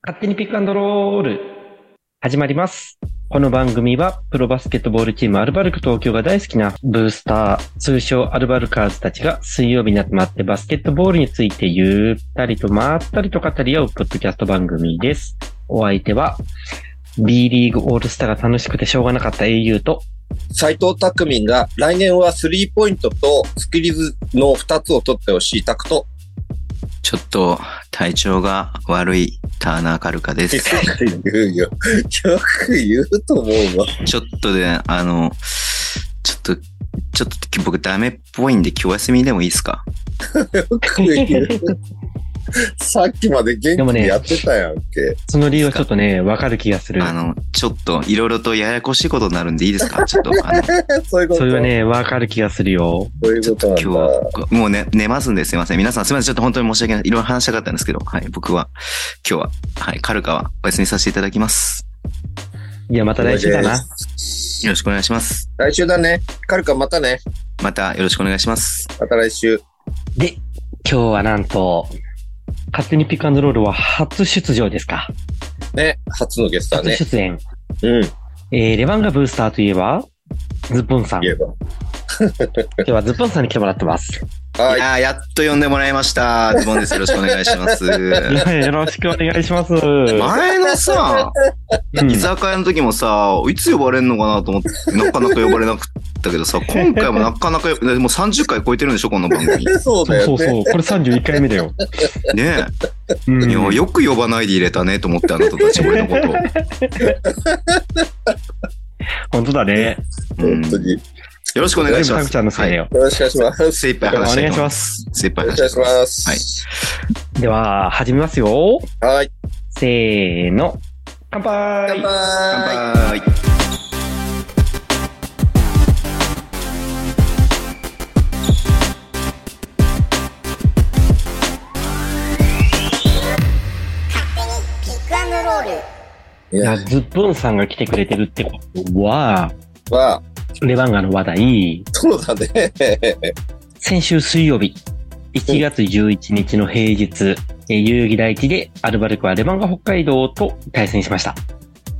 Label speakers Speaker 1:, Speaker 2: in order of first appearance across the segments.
Speaker 1: 勝手にピックアンドロール始まります。この番組はプロバスケットボールチームアルバルク東京が大好きなブースター、通称アルバルカーズたちが水曜日に集まってバスケットボールについてゆったりとまったりと語り合うポッドキャスト番組です。お相手は B リーグオールスターが楽しくてしょうがなかった au と
Speaker 2: 斉藤拓民が来年はスリーポイントとスキリズの2つを取ってほしいタクト。
Speaker 3: ちょっと体調が悪いターナーカルカで
Speaker 2: よ
Speaker 3: す。
Speaker 2: く言うよ。よく言うと思うわ。
Speaker 3: ちょっとで、あの、ちょっと、ちょっと僕ダメっぽいんで今日休みでもいいですか
Speaker 2: よく言う。さっきまで元気にやってたやんけ。
Speaker 1: その理由はちょっとね、わかる気がする
Speaker 3: あ。の、ちょっといろいろとややこしいことになるんでいいです かちょっと、あの、
Speaker 2: そういうこと
Speaker 1: それはね、わかる気がするよ。
Speaker 2: そういう
Speaker 3: ちょ
Speaker 2: こ
Speaker 3: っ
Speaker 2: と
Speaker 3: と
Speaker 2: な
Speaker 3: 今
Speaker 2: ん
Speaker 3: 日
Speaker 2: だ。
Speaker 3: は、もうね、寝ますんですいません。皆さんすいません。ちょっと本当に申し訳ない。いろいろ話したかったんですけど、はい、僕は、今日は、はい、カルカはお休みさせていただきます。
Speaker 1: いや、また来週だな。
Speaker 3: よろしくお願いします。
Speaker 2: 来週だね。カルカまたね。
Speaker 3: またよろしくお願いします。
Speaker 2: また来週。
Speaker 1: で、今日はなんと、勝手にピックアンドロールは初出場ですか。
Speaker 2: ね。初のゲストは
Speaker 1: 初
Speaker 2: ね。
Speaker 1: 出演。
Speaker 2: うん。
Speaker 1: えー、レバンガブースターといえば、ズッポンさん。
Speaker 2: 言え
Speaker 1: 今
Speaker 2: ば。
Speaker 1: 日はズッポンさんに来てもらってます。
Speaker 2: はい
Speaker 3: い、。やーやっと呼んでもらいました。ズボンです。よろしくお願 いします。
Speaker 1: よろしくお願いします。
Speaker 3: 前のさ、
Speaker 1: うん
Speaker 3: 居酒屋の時もさ、いつ呼ばれんのかなと思って、なかなか呼ばれなくったけ どさ、今回もなかなか、でもう30回超えてるんでしょ、この 番組。ね
Speaker 2: そうだよね。
Speaker 1: そうそう、これ31回目だよ。う
Speaker 3: え。
Speaker 1: ん
Speaker 3: いや、よく呼ばないで入れたねと思って、あなたたち、俺 のこと。
Speaker 1: 本当だね。
Speaker 3: うん、
Speaker 2: 本当
Speaker 3: よ
Speaker 2: に。よ
Speaker 3: ろしくお願いしま
Speaker 1: か
Speaker 3: す。
Speaker 1: ちゃんのせいだ
Speaker 3: い。
Speaker 1: よ。
Speaker 2: ろしくお願いします。
Speaker 3: 精一杯話したいと思います。精一
Speaker 2: お
Speaker 3: 杯
Speaker 2: 願
Speaker 3: 話
Speaker 2: い
Speaker 3: したい
Speaker 2: し
Speaker 3: と思いま。
Speaker 2: ますす。
Speaker 1: では、始めますよ。
Speaker 2: はい。はい。
Speaker 1: せーの。乾
Speaker 2: 乾
Speaker 1: 杯
Speaker 2: 杯。
Speaker 3: 乾杯。
Speaker 2: い
Speaker 1: い
Speaker 2: や
Speaker 1: や、ズッポンさんが来てくれてるってことは、
Speaker 2: まあ、
Speaker 1: レバンガの話題、
Speaker 2: そうだね。
Speaker 1: 先週水曜日、1月11日の平日、えー代々木第一でアルバルクはレバンガ北海道と対戦しました。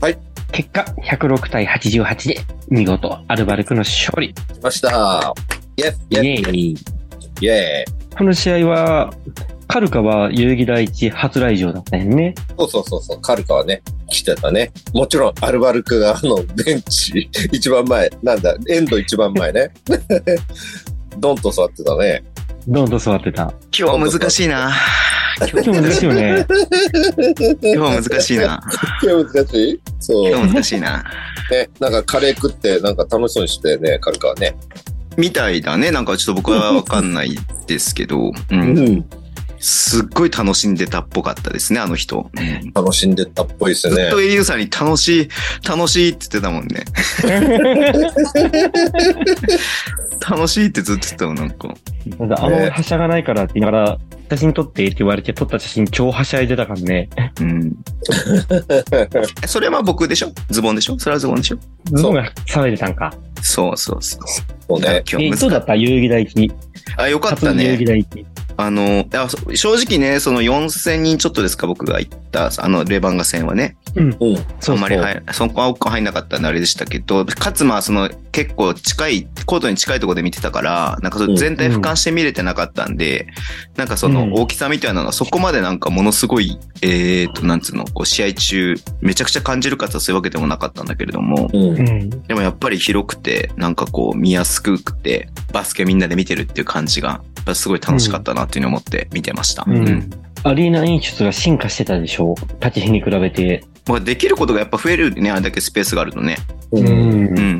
Speaker 2: はい。
Speaker 1: 結果、106対88で、見事、アルバルクの勝利。
Speaker 2: 来ました。イェ
Speaker 1: イ
Speaker 2: イイェイ
Speaker 1: エーイ。
Speaker 2: イェイ。
Speaker 1: この試合は、カルカは代々木第一初来場だったよね。
Speaker 2: そうそうそうそう、カルカはね、来てたね。もちろん、アルバルクがあの、ベンチ、 一番前、なんだ、エンド一番前ね。 ドンと座ってたね。
Speaker 1: どんどん座って た。
Speaker 3: 今日難しいな。
Speaker 1: 今日難しいよ ね。
Speaker 3: 今日難しいな。
Speaker 2: 今日難しいそう。
Speaker 3: 今日難しいな。
Speaker 2: ね、なんかカレー食って、なんか楽しそうにしてね、カルカはね。
Speaker 3: みたいだね。なんかちょっと僕はわかんないですけど。うん。
Speaker 2: ん。
Speaker 3: すっごい楽しんでたっぽかったですね、あの人。
Speaker 2: 楽しんでったっぽいです
Speaker 3: ずっ
Speaker 2: ね
Speaker 3: と。エリューさんに楽しい、楽しいって言ってたもんね。楽しいってずっと言ってたもん、なんか。
Speaker 1: なんだあんまりはしゃがないからって言いながら、写真撮ってって言われて撮った写真超はしゃいでたからね。
Speaker 3: うん。それはまあ僕でしょズボンでしょそれはズボンでしょ
Speaker 1: ズボンが騒いでたんか。
Speaker 3: そうそうそう。
Speaker 2: そうね。
Speaker 3: 今
Speaker 1: え
Speaker 3: 日
Speaker 1: どうだ
Speaker 3: 難
Speaker 1: った代々木第一。
Speaker 3: あ、よかっ
Speaker 1: 初
Speaker 3: た
Speaker 1: の代々
Speaker 3: ね
Speaker 1: 木。第一。
Speaker 3: あの、あそ正直ね、その4000人ちょっとですか、僕が行った、あの、レバンガ戦はね。
Speaker 2: うん。
Speaker 1: そうそう
Speaker 3: あんまり入らそこは奥入んなかったんであれでしたけど、かつまあその結構近い、コートに近いところで見てたから、なんかその全体俯瞰して見れてなかったんで、なんかそ
Speaker 1: うん
Speaker 3: の大きさみたいなのはそこまでなんかものすごい、えーと、なんつうの、こう試合中、めちゃくちゃ感じるかとそういうわけでもなかったんだけれども、
Speaker 2: うん
Speaker 1: う。ん。
Speaker 3: でもやっぱり広くて、なんかこう見やすくて、バスケみんなで見てるっていう感じが、やっぱすごい楽しかったなっていうのを思って見てました。
Speaker 1: うん
Speaker 3: うん
Speaker 1: アリーナ演出が進化してたでしょ立ち日に比べて。。
Speaker 3: まあできることがやっぱ増えるね、あれだけスペースがあるとね。
Speaker 2: うん。
Speaker 3: うん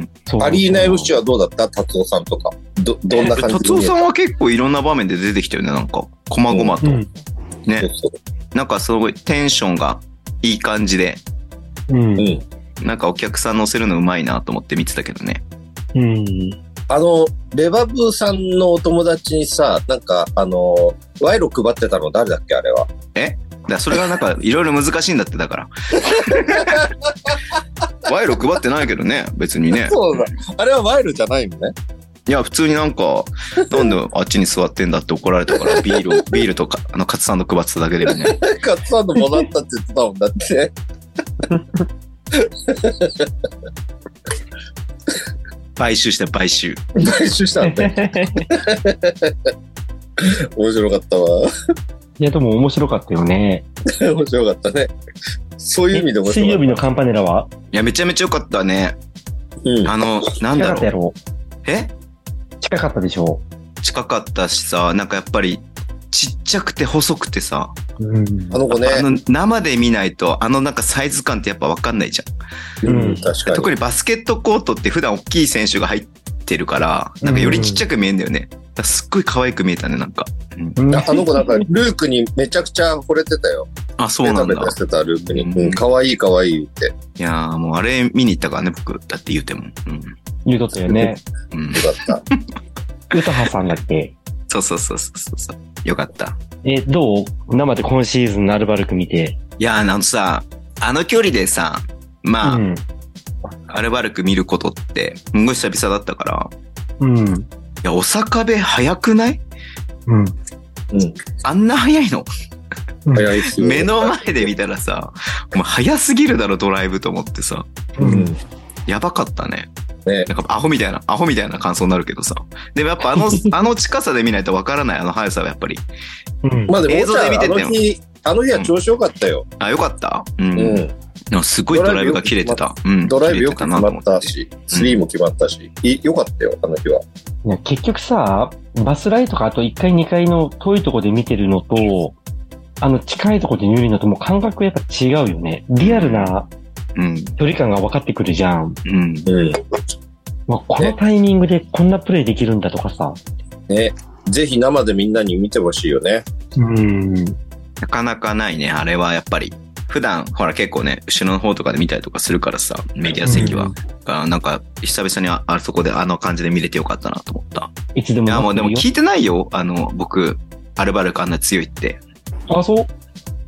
Speaker 3: ん。
Speaker 1: そう
Speaker 2: アリーナ MC はどうだった達夫さんとか。ど、どんな感じ
Speaker 3: 達夫さんは結構いろんな場面で出てきたよね、なんか。こまごまと。
Speaker 1: うん。
Speaker 3: ね。
Speaker 2: そう
Speaker 3: なんかすごいテンションがいい感じで、
Speaker 1: うん
Speaker 2: そう。うん。
Speaker 3: なんかお客さん乗せるのうまいなと思って見てたけどね。
Speaker 1: うん。
Speaker 2: あの、レバブーさんのお友達にさ、なんか、あの、賄賂配ってたの誰だっけあれは。
Speaker 3: だからそれがなんかいろいろ難しいんだって、だから。賄賂配ってないけどね、別にね。
Speaker 2: そうだ。あれは賄賂じゃないのね。
Speaker 3: いや、普通になんか、なんであっちに座ってんだって怒られたから、ビ ールを、ビールとか、あの、カツサンド配ってただけでもね。
Speaker 2: カツサンドもらったって言ってたもんだって。
Speaker 3: 買収して買収。
Speaker 2: 買収したんで。 面白かったわ。
Speaker 1: いや、でも面白かったよね。
Speaker 2: 面白かったね。そういう意味で面
Speaker 1: 水曜
Speaker 2: 白
Speaker 1: 日
Speaker 2: か
Speaker 1: の
Speaker 2: っ
Speaker 1: カンパネラはい
Speaker 3: や、めちゃめちゃ良かったね。
Speaker 2: た。うん。
Speaker 3: あの、なん
Speaker 1: 近か
Speaker 3: だ
Speaker 1: った
Speaker 3: ろ
Speaker 1: や
Speaker 3: う。
Speaker 1: ろ
Speaker 3: え
Speaker 1: 近かったでしょ
Speaker 3: 近かったしさ、なんかやっぱり、ちっちゃくて細くてさ、
Speaker 1: うん
Speaker 2: あ。の子ね。
Speaker 3: あの生で見ないと、あのなんかサイズ感ってやっぱ分かんないじゃん。
Speaker 2: うん、確かに。
Speaker 3: 特にバスケットコートって普段大きい選手が入ってるから、なんかよりちっちゃく見えんだよね。だからすっごい可愛く見えたね、なんか。うん
Speaker 1: うん
Speaker 2: あの子なんか、ルークにめちゃくちゃ惚れてたよ。
Speaker 3: あ、そうなん
Speaker 2: ベ
Speaker 3: だ
Speaker 2: タベ。タしてた、ルークに。
Speaker 3: うん
Speaker 2: うん、かわいいかわいいって。よ
Speaker 3: いやーもうあれ見に行ったからね、僕。だって言うても。うん。
Speaker 1: 言うとったよね。
Speaker 3: うん。
Speaker 2: かった。
Speaker 1: 歌葉さんだっけ
Speaker 3: そうそうそうそうそう。よかった。
Speaker 1: え、どう生で今シーズンのアルバルク見て。
Speaker 3: いやーあのさ、あの距離でさ、まあ、
Speaker 1: うん。
Speaker 3: アルバルク見ることって、すごい久々だったから、
Speaker 1: うん。
Speaker 3: いや、お酒部早くない
Speaker 1: うん。
Speaker 2: うん。
Speaker 3: あんな早 いの
Speaker 2: 早いっすよ
Speaker 3: 目の前で見たらさ、もう早すぎるだろ、ドライブと思ってさ。
Speaker 2: うん。
Speaker 3: やばかったね。
Speaker 2: ね
Speaker 3: なんかアホみたいな、アホみたいな感想になるけどさ。でもやっ ぱあの、あの近さで見ないとわからない、あの速さはやっぱり。
Speaker 1: うん。
Speaker 2: まあでも、
Speaker 3: 映像で見てても
Speaker 2: あの日、あの日は調子良かったよ。
Speaker 3: あ、よかったうん。
Speaker 2: うん。
Speaker 3: でもすごいドライブが切れてた。うん。
Speaker 2: ドライブよく
Speaker 3: 切れて
Speaker 2: 決
Speaker 3: な
Speaker 2: ま
Speaker 3: と思
Speaker 2: っ。たし、スリーも決まったし、い良かったよ、あの日は。
Speaker 1: いや結局さ、バスライトかあと1回2回の遠いとこで見てるのと、あの近いとこで見るのともう感覚やっぱ違うよね。リアルな
Speaker 3: うん。
Speaker 1: 距離感が分かってくるじゃん。
Speaker 3: うん。
Speaker 2: うん。
Speaker 1: まあ、このタイミングでこんなプレイできるんだとかさ。
Speaker 2: ね。ぜひ生でみんなに見てほしいよね。
Speaker 1: うん。
Speaker 3: なかなかないね、あれはやっぱり。普段、ほら結構ね、後ろの方とかで見たりとかするからさ、メディア席は。あなんか、久々にああそこであの感じで見れてよかったなと思った。
Speaker 1: いつでも
Speaker 3: いや、もうでも
Speaker 1: 待って
Speaker 3: 聞いてないよ、あの、僕、アルバルクあんな強いって。
Speaker 1: るよあ、そう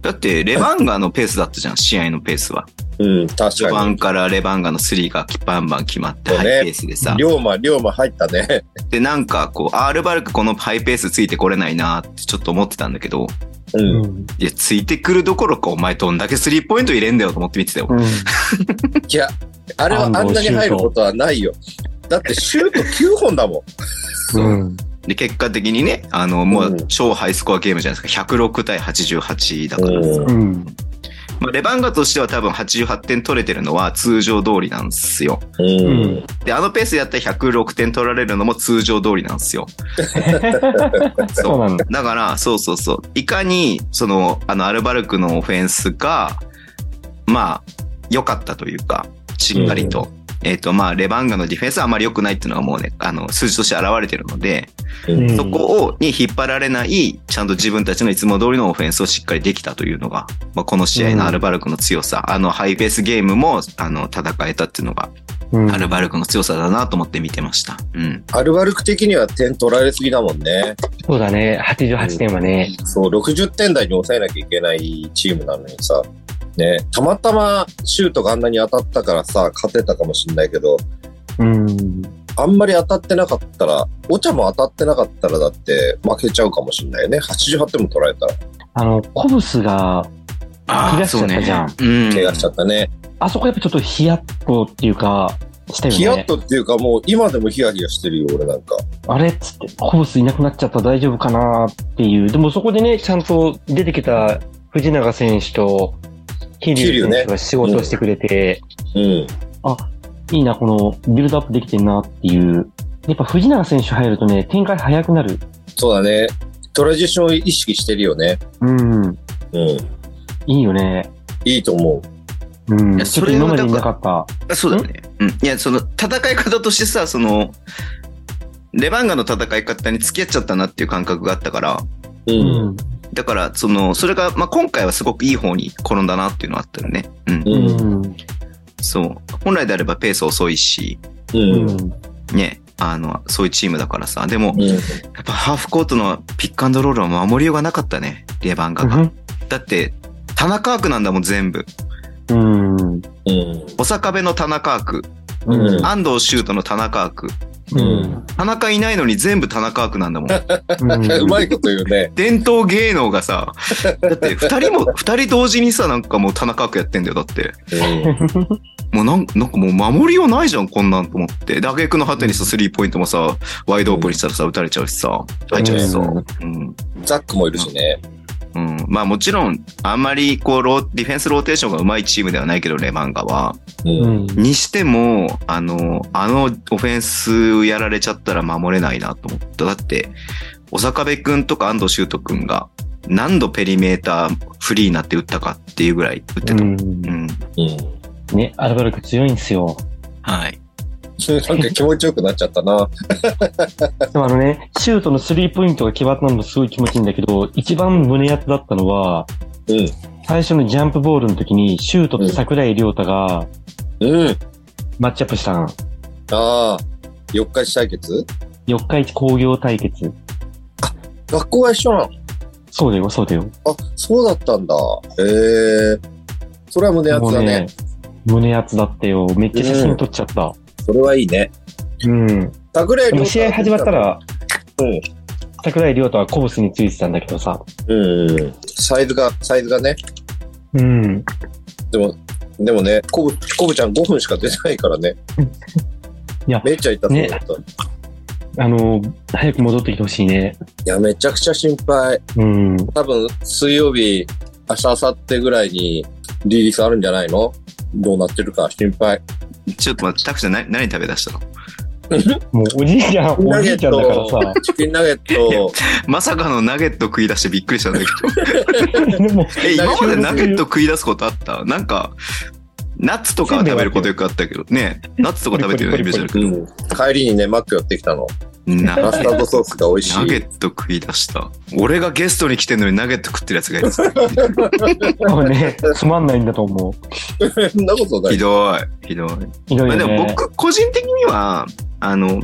Speaker 3: だって、レバンガのペースだったじゃん、試合のペースは。
Speaker 2: うん、確
Speaker 3: 序
Speaker 2: かに。
Speaker 3: 盤からレバンガのスリーがバンバン決まって、
Speaker 2: そう
Speaker 3: ハイ
Speaker 2: ね
Speaker 3: ペースでさ。
Speaker 2: 龍馬、龍馬入ったね。
Speaker 3: で、なんかこう、あアルバルクこのハイペースついてこれないなってちょっと思ってたんだけど、
Speaker 2: うん。
Speaker 1: ん。
Speaker 3: いや、ついてくるどころか、お前どんだけスリーポイント入れんだよと思って見てたよ。
Speaker 2: いや、あれはあんなに入ることはないよ。だってシュート9本だもん。
Speaker 1: うん。
Speaker 3: で、結果的にね、あの、も
Speaker 2: う
Speaker 3: うん超ハイスコアゲームじゃないですか。106対88だから。
Speaker 2: うん
Speaker 1: うん。
Speaker 3: まあ、レバンガとしては多分88点取れてるのは通常通りなんですよ。
Speaker 2: う。
Speaker 1: うんん。
Speaker 3: で、あのペースでやったら106点取られるのも通常通りなんですよ。
Speaker 1: そうなんだ。
Speaker 3: だから、そうそうそう。いかに、その、あの、アルバルクのオフェンスが、まあ、良かったというか、しっかりと。えっ、と、まあ、レバンガのディフェンスはあまり良くないっていうのがもうね、あの、数字として現れてるので、
Speaker 1: うん
Speaker 3: そこを、に引っ張られない、ちゃんと自分たちのいつも通りのオフェンスをしっかりできたというのが、まあ、この試合のアルバルクの強さ、あの、ハイペースゲームも、あの、戦えたっていうのが、
Speaker 1: うん
Speaker 3: アルバルクの強さだなと思って見てました。うん。
Speaker 2: アルバルク的には点取られすぎだもんね。
Speaker 1: そうだね。88点はね。
Speaker 2: そう、60点台に抑えなきゃいけないチームなのにさ。ね、たまたまシュートがあんなに当たったからさ、勝てたかもしんないけど、
Speaker 1: うん。
Speaker 2: あんまり当たってなかったら、お茶も当たってなかったらだって負けちゃうかもしんないよね。88点も取られたら、
Speaker 1: あの、コブスが、
Speaker 3: あ
Speaker 1: 怪
Speaker 3: あ、
Speaker 1: 我しち
Speaker 3: そ
Speaker 1: ゃ
Speaker 3: う
Speaker 1: っ
Speaker 3: ね
Speaker 1: たじゃん。
Speaker 3: うん。
Speaker 2: 怪我しちゃったね。
Speaker 1: あそこやっぱちょっとヒヤッとっていうか、したよね。
Speaker 2: ヒヤッとっていうかもう今でもヒヤヒヤしてるよ、俺なんか。
Speaker 1: あれっつって、コースいなくなっちゃった大丈夫かなっていう。でもそこでね、ちゃんと出てきた藤永選手と、桐生選手が仕事をしてくれて、
Speaker 2: うん。
Speaker 1: いいな、このビルドアップできてんなっていう。やっぱ藤永選手入るとね、展開早くなる。
Speaker 2: そうだね。トラジションを意識してるよね。
Speaker 1: うん。
Speaker 2: うん。
Speaker 1: いいよね。
Speaker 2: いいと思う。
Speaker 1: うん。
Speaker 3: いや
Speaker 1: ちょ
Speaker 3: そ
Speaker 1: っと
Speaker 3: れは
Speaker 1: 今
Speaker 3: だ
Speaker 1: ま
Speaker 3: から
Speaker 1: でになかった。
Speaker 3: そうだね。うん。いや、その、戦い方としてさ、その、レバンガの戦い方に付き合っちゃったなっていう感覚があったから、
Speaker 1: う
Speaker 2: う。
Speaker 1: んん。
Speaker 3: だから、その、それが、まあ、今回はすごくいい方に転んだなっていうのはあったよね。う
Speaker 2: う。
Speaker 3: ん。
Speaker 1: うんん。
Speaker 3: そう。本来であればペース遅いし、
Speaker 2: うん。うん。
Speaker 3: ね、あの、そういうチームだからさ、でも、
Speaker 2: うん。
Speaker 3: やっぱハーフコートのピックアンドロールは守りようがなかったね、レバンガが。だって、田中区なんだもん、全部。
Speaker 1: うん。うん。
Speaker 2: うん。
Speaker 3: 小坂部の田中区、
Speaker 1: うん。
Speaker 3: 安藤シュートの田中区、
Speaker 1: うん。
Speaker 3: 田中いないのに全部田中枠なんだもん。
Speaker 2: うまいこと言うね。
Speaker 3: 伝統芸能が さ、だって二人も、二人同時にさ、なんかもう田中枠やってんだよ、だって。
Speaker 2: うん
Speaker 3: もうなんなんかもう守りようないじゃん、こんなんと思って。打撃の果てにさ、スリーポイントもさ、ワイドオープンにしたらさ、打たれちゃうしさ、入っちゃうしさ。うん。
Speaker 2: ザックもいるしね。
Speaker 3: うん。まあもちろん、あんまりこう、ローディフェンスローテーションが上手いチームではないけど、レマンガは。
Speaker 2: うん
Speaker 1: うん。
Speaker 3: にしても、あの、あのオフェンスやられちゃったら守れないなと思った。だって、小坂部くんとか安藤修斗くんが何度ペリメーターフリーになって打ったかっていうぐらい打ってた。
Speaker 1: うん
Speaker 3: うん。
Speaker 2: うん。
Speaker 1: ね、アルバルク強いんですよ。
Speaker 3: はい。
Speaker 2: なんか気持ちよくなっちゃったな。
Speaker 1: でもあのね、シュートのスリーポイントが決まったのもすごい気持ちいいんだけど、一番胸熱だったのは、
Speaker 2: うん。
Speaker 1: 最初のジャンプボールの時に、シュートと桜井亮太が
Speaker 2: うん。
Speaker 1: マッチアップしたん。
Speaker 2: ああ。四日市対決
Speaker 1: 四日市工業対決。
Speaker 2: 学校が一緒なの
Speaker 1: そうだよ、そうだよ。
Speaker 2: あ、そうだったんだ。へえ。それは胸
Speaker 1: も
Speaker 2: 熱
Speaker 1: う
Speaker 2: だね。
Speaker 1: 胸熱だったよ。めっちゃ写真撮っちゃった。
Speaker 2: それはいいね。
Speaker 1: うん。
Speaker 2: 桜
Speaker 1: で
Speaker 2: 井亮
Speaker 1: も
Speaker 2: 太
Speaker 1: 試合始まった。ら、
Speaker 2: うん。
Speaker 1: 桜井亮太はコースについてたんだけどさ。
Speaker 2: うんうん。サイズが、サイズがね。
Speaker 1: うん。
Speaker 2: でも、でもね、コブ、コブちゃん5分しか出てないからね。
Speaker 1: いや
Speaker 2: めっちゃ痛そうだった。い
Speaker 1: あの、早く戻ってきてほしいね。
Speaker 2: や、めちゃくちゃ心配。
Speaker 1: うん。
Speaker 2: 多分、水曜日、明日、明後日ぐらいにリリースあるんじゃないのどうなってるか心配。
Speaker 3: ちょっと待って、タクちゃん何何食べ出したの
Speaker 1: もうおじいちゃん、おじいちゃんだからさ。
Speaker 2: チキンナゲット、
Speaker 3: まさかのナゲット食い出してびっくりしたんだけ ど。
Speaker 1: でも、
Speaker 3: え、今までナゲット食い出すことあったなんか、ナッツとかは食べることよくあったけど、ね。ナッツとか食べてるようなイメージあるけ
Speaker 2: う
Speaker 3: ど。
Speaker 2: ん、帰りにね、マック寄ってきたの。
Speaker 3: ナ
Speaker 2: マスタードソースが美味し
Speaker 3: ナゲ
Speaker 2: い。
Speaker 3: ット食い出した。俺がゲストに来てんのにナゲット食ってるやつがいる。
Speaker 1: 多分ね、つまんないんだと思う。
Speaker 2: そんなことな
Speaker 3: ひ
Speaker 2: い。
Speaker 3: どい。ひどい。
Speaker 1: いろい
Speaker 3: まあ、で
Speaker 1: ろ、ね。
Speaker 3: も僕、個人的には、あの、